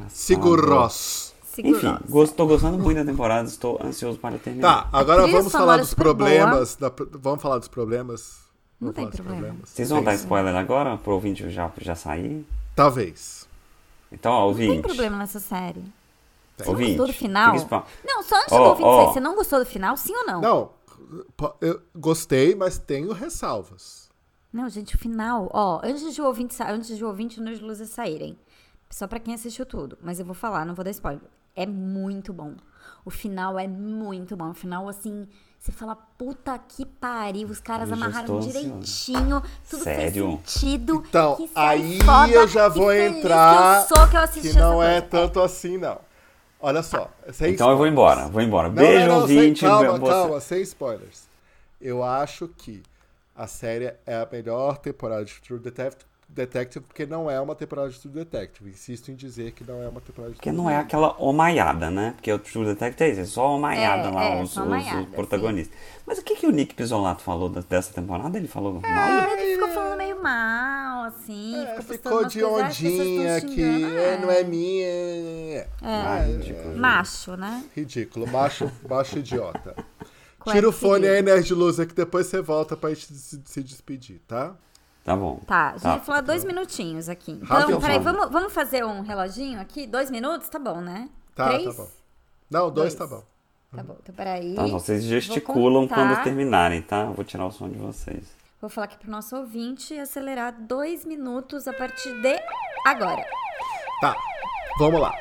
A: Siguros.
B: Sigurdur.
C: Enfim, estou gostando muito da temporada, estou ansioso para terminar.
A: Tá, agora
B: Trilha
A: vamos falar
B: sonora
A: dos
B: super
A: problemas. da- vamos falar dos problemas.
B: Não
A: Vamos
B: tem
A: falar dos
B: problema.
A: problemas.
C: Vocês vão
B: é.
C: dar
A: Tem sim.
C: spoiler agora pro ouvinte já, já sair?
A: Talvez.
C: Então, ó,
B: Não tem
C: ouvinte.
B: problema nessa série. Você não
C: Ouvinte,
B: gostou do final?
C: fica espa-
B: Não, só antes do
C: Ó,
B: ouvinte
C: ó.
B: sair, você não gostou do final, sim ou não?
A: Não, po- eu gostei, mas tenho ressalvas.
B: Não, gente, o final, ó, antes de o ouvinte, sa- antes de o ouvinte e Nos Luzes saírem, só pra quem assistiu tudo, mas eu vou falar, não vou dar spoiler. É muito bom. O final é muito bom. O final, assim, você fala, puta que pariu, os caras
C: Eu já
B: amarraram
C: estou
B: direitinho, tudo
C: Sério?
B: fez sentido.
A: Então,
B: que série
A: aí
B: foda,
A: eu já
B: que
A: vou
B: feliz
A: entrar.
B: Que eu sou que eu assisti
A: que não
B: essa
A: é
B: coisa.
A: tanto assim, não. Olha só. sem
C: Então eu vou
A: spoilers.
C: embora, vou embora.
A: Não,
C: Beijo,
A: não, não, sem-
C: ouvinte.
A: calma,
C: boa-
A: calma, sem spoilers. Eu acho que a série é a melhor temporada de True Detect- Detective, porque não é uma temporada de True Detective. Insisto em dizer que não é uma temporada de
C: Porque
A: True
C: não é
B: Uhum.
C: aquela omaiada, né? Porque o True Detective é isso, é só omaiada
B: É,
C: lá,
B: é,
C: os,
B: só
C: os-
B: omaiada,
C: os protagonistas. Mas o que, que o Nick Pizzolato falou da- dessa temporada? Ele falou
B: É,
C: mal?
B: Mas ele ficou falando meio mal, assim.
A: É,
B: postando
A: ficou
B: umas
A: de
B: coisas, ah, as pessoas estão
A: ondinha que
B: xingando.
A: é, não é minha. É.
C: Ah, ridículo.
B: Macho, né?
A: Ridículo, macho, macho idiota.
B: completo.
A: Tira o fone
B: seguido.
A: aí, Nerd Loser, que depois você volta pra gente se, se despedir, tá?
C: Tá bom.
B: Tá, a gente vai
C: Tá.
B: falar dois minutinhos aqui. Então,
A: Rapidão.
B: peraí, vamos, vamos fazer um reloginho aqui? Dois minutos? Tá bom, né?
A: Tá,
B: Três?
A: tá bom. Não, dois,
B: Dois.
A: tá bom.
B: Tá bom, então peraí.
C: Tá, bom, vocês
B: Vou
C: gesticulam
B: contar.
C: quando terminarem, tá? Eu vou tirar o som de vocês.
B: Vou falar aqui pro nosso ouvinte acelerar dois minutos a partir de agora.
A: Tá, vamos lá.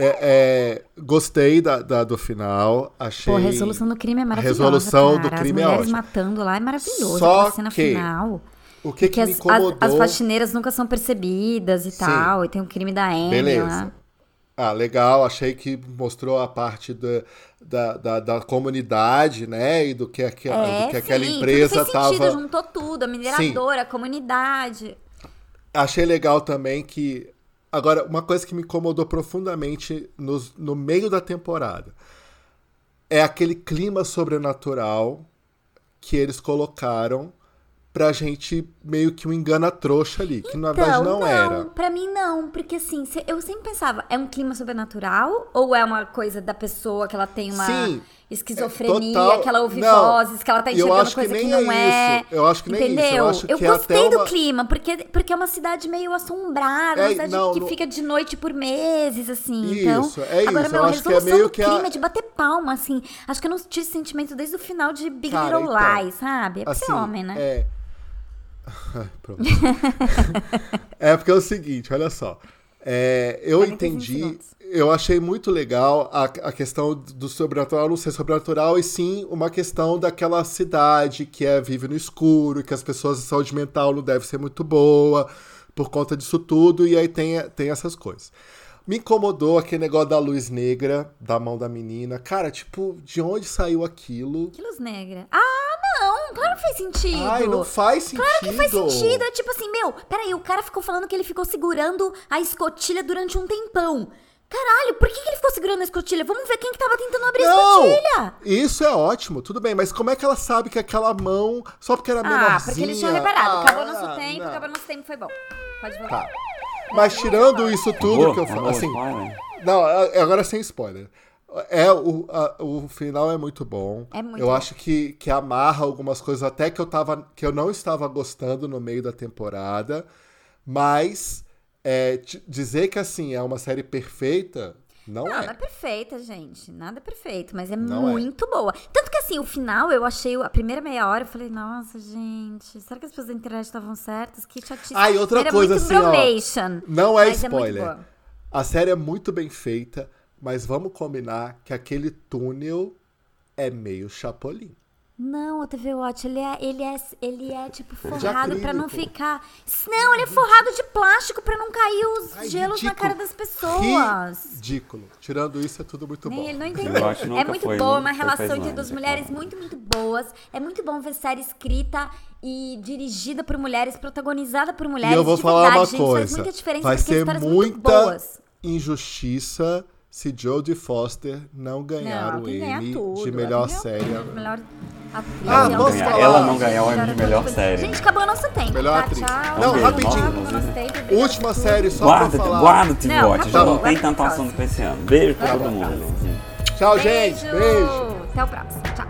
A: É, é, gostei da, da- do final, achei...
B: Pô, a resolução do crime é maravilhosa.
A: resolução do
B: cara.
A: crime é
B: As mulheres
A: ótima.
B: matando lá é maravilhoso.
A: Só
B: Aquela cena
A: que
B: final.
A: O que,
B: Porque
A: que me
B: as, as,
A: incomodou...
B: as faxineiras nunca são percebidas e
A: Sim.
B: tal. E tem o crime da Anne lá.
A: Beleza. Ah, legal. Achei que mostrou a parte da, da, da, da comunidade, né? E do que, aque- do que aquela
B: É, sim,
A: empresa
B: tudo fez sentido,
A: tava.
B: juntou tudo, a mineradora, a comunidade.
A: Achei legal também que. Agora, uma coisa que me incomodou profundamente nos, no meio da temporada é aquele clima sobrenatural que eles colocaram pra gente meio que um engana trouxa ali, que
B: Então,
A: na verdade não, era.
B: pra mim não, porque assim, se- eu sempre pensava, é um clima sobrenatural ou é uma coisa da pessoa que ela tem uma
A: Sim, é
B: esquizofrenia,
A: total.
B: que ela ouve
A: Não,
B: vozes, que ela tá
A: eu
B: enxergando
A: acho que
B: coisa que,
A: nem
B: não
A: é
B: é.
A: isso, eu acho que nem é isso, eu
B: Entendeu?
A: acho que é
B: gostei
A: até
B: do
A: uma-
B: clima, porque, porque é uma cidade meio assombrada, uma
A: É,
B: cidade
A: não,
B: que
A: não-
B: fica de noite por meses, assim. então,
A: Isso, é
B: agora,
A: isso,
B: meu,
A: eu
B: a
A: acho que é
B: resolução
A: meio
B: do
A: que a-
B: clima é de bater palma, assim. Acho que eu não tive esse sentimento desde o final de Big
A: Cara,
B: Little
A: então,
B: Lies, sabe? É porque
A: Assim,
B: é homem, né?
A: É. Ai, pronto. é porque é o seguinte, olha só. É, eu
B: 45
A: entendi,
B: minutos.
A: eu achei muito legal a, a questão do sobrenatural não ser sobrenatural, e sim uma questão daquela cidade que é, vive no escuro, que as pessoas de saúde mental não deve ser muito boa por conta disso tudo, e aí tem, tem essas coisas. Me incomodou aquele negócio da luz negra, da mão da menina. Cara, tipo, de onde saiu aquilo?
B: Que luz negra. Ah, não! Claro que faz sentido!
A: Ai, não faz sentido. Claro
B: que faz sentido. É tipo assim, meu, peraí, o cara ficou falando que ele ficou segurando a escotilha durante um tempão. Caralho, por que, que ele ficou segurando a escotilha? Vamos ver quem que tava tentando abrir a escotilha.
A: Isso é ótimo, tudo bem, mas como é que ela sabe que aquela mão, só porque era Tá menorzinha...
B: Ah, porque eles tinham reparado.
A: Ah,
B: acabou nosso tempo,
A: não.
B: acabou nosso tempo, foi bom. Pode voltar.
A: Tá. Mas tirando isso tudo
C: Boa,
A: que eu
C: tá
A: falo,
C: boa,
A: assim,
C: spoiler.
A: não, a- agora sem spoiler. É, o, a- o final é muito bom.
B: É muito
A: eu
B: bom.
A: acho que, que amarra algumas coisas até que eu, tava, que eu não estava gostando no meio da temporada. Mas é, t- dizer que assim é uma série perfeita, não,
B: Não,
A: é.
B: não é perfeita, gente. Nada é perfeito, mas é
A: Não é.
B: muito boa. Tanto que assim, o final, eu achei a primeira meia hora, eu falei, nossa, gente, será que as pessoas da internet estavam certas? Que chatíssimo.
A: Ah, e outra
B: Era
A: coisa
B: muito
A: assim, ó.
B: bromation.
A: Não é
B: Mas é muito
A: spoiler.
B: boa.
A: a série é muito bem feita, mas vamos combinar que aquele túnel é meio Chapolin.
B: Não, o TV Watch, ele é, ele é, ele é tipo
A: De
B: forrado pra não
A: acrílico.
B: ficar. Não, ele é forrado de plástico pra não cair os
A: Ai,
B: gelos na
A: ridículo.
B: cara das pessoas.
A: Ridículo. Tirando isso, é tudo muito
B: Nem
A: bom.
B: ele não
C: TV
B: entendeu.
C: Watch
B: É
C: nunca
B: muito
C: foi,
B: boa,
C: nunca
B: uma
C: foi né, pra
B: relação entre
C: Islândia,
B: duas mulheres
C: claro.
B: muito, muito boas. É muito bom ver série escrita e dirigida por mulheres, protagonizada por mulheres.
A: e eu vou
B: de
A: falar
B: verdade,
A: uma
B: gente,
A: coisa.
B: Faz muita diferença
A: Vai
B: porque
A: ser
B: histórias muito
A: muita
B: boas.
A: injustiça se Jodie Foster não ganhar
B: Não,
A: o
B: quem ganhar
A: Emmy
B: tudo. é
A: de
B: Ela
A: melhor
B: ganhou
A: série.
B: tudo, melhor atriz,
A: Ah,
B: ela
A: posso
B: ganhou
A: falar?
B: tudo,
A: Ela não
B: gente,
C: ganhou o Emmy de
B: ela ganhou
C: melhor
B: tudo.
C: série.
B: Gente, acabou nosso tempo.
A: Melhor
B: tá?
A: atriz.
B: Tchau.
A: Não,
B: Tchau,
A: rapidinho.
B: acabou nosso tempo, obrigada
A: Última
B: por tudo.
A: série só
C: Guarda,
A: pra falar.
C: guarda o TV
B: Não,
C: Watch.
B: tá
C: Já
B: bom,
C: não tem
B: vai pro
C: tanto assunto pra esse ano. Beijo pra todo mundo.
A: Tchau, gente. Beijo.
B: Até o próximo. Tchau.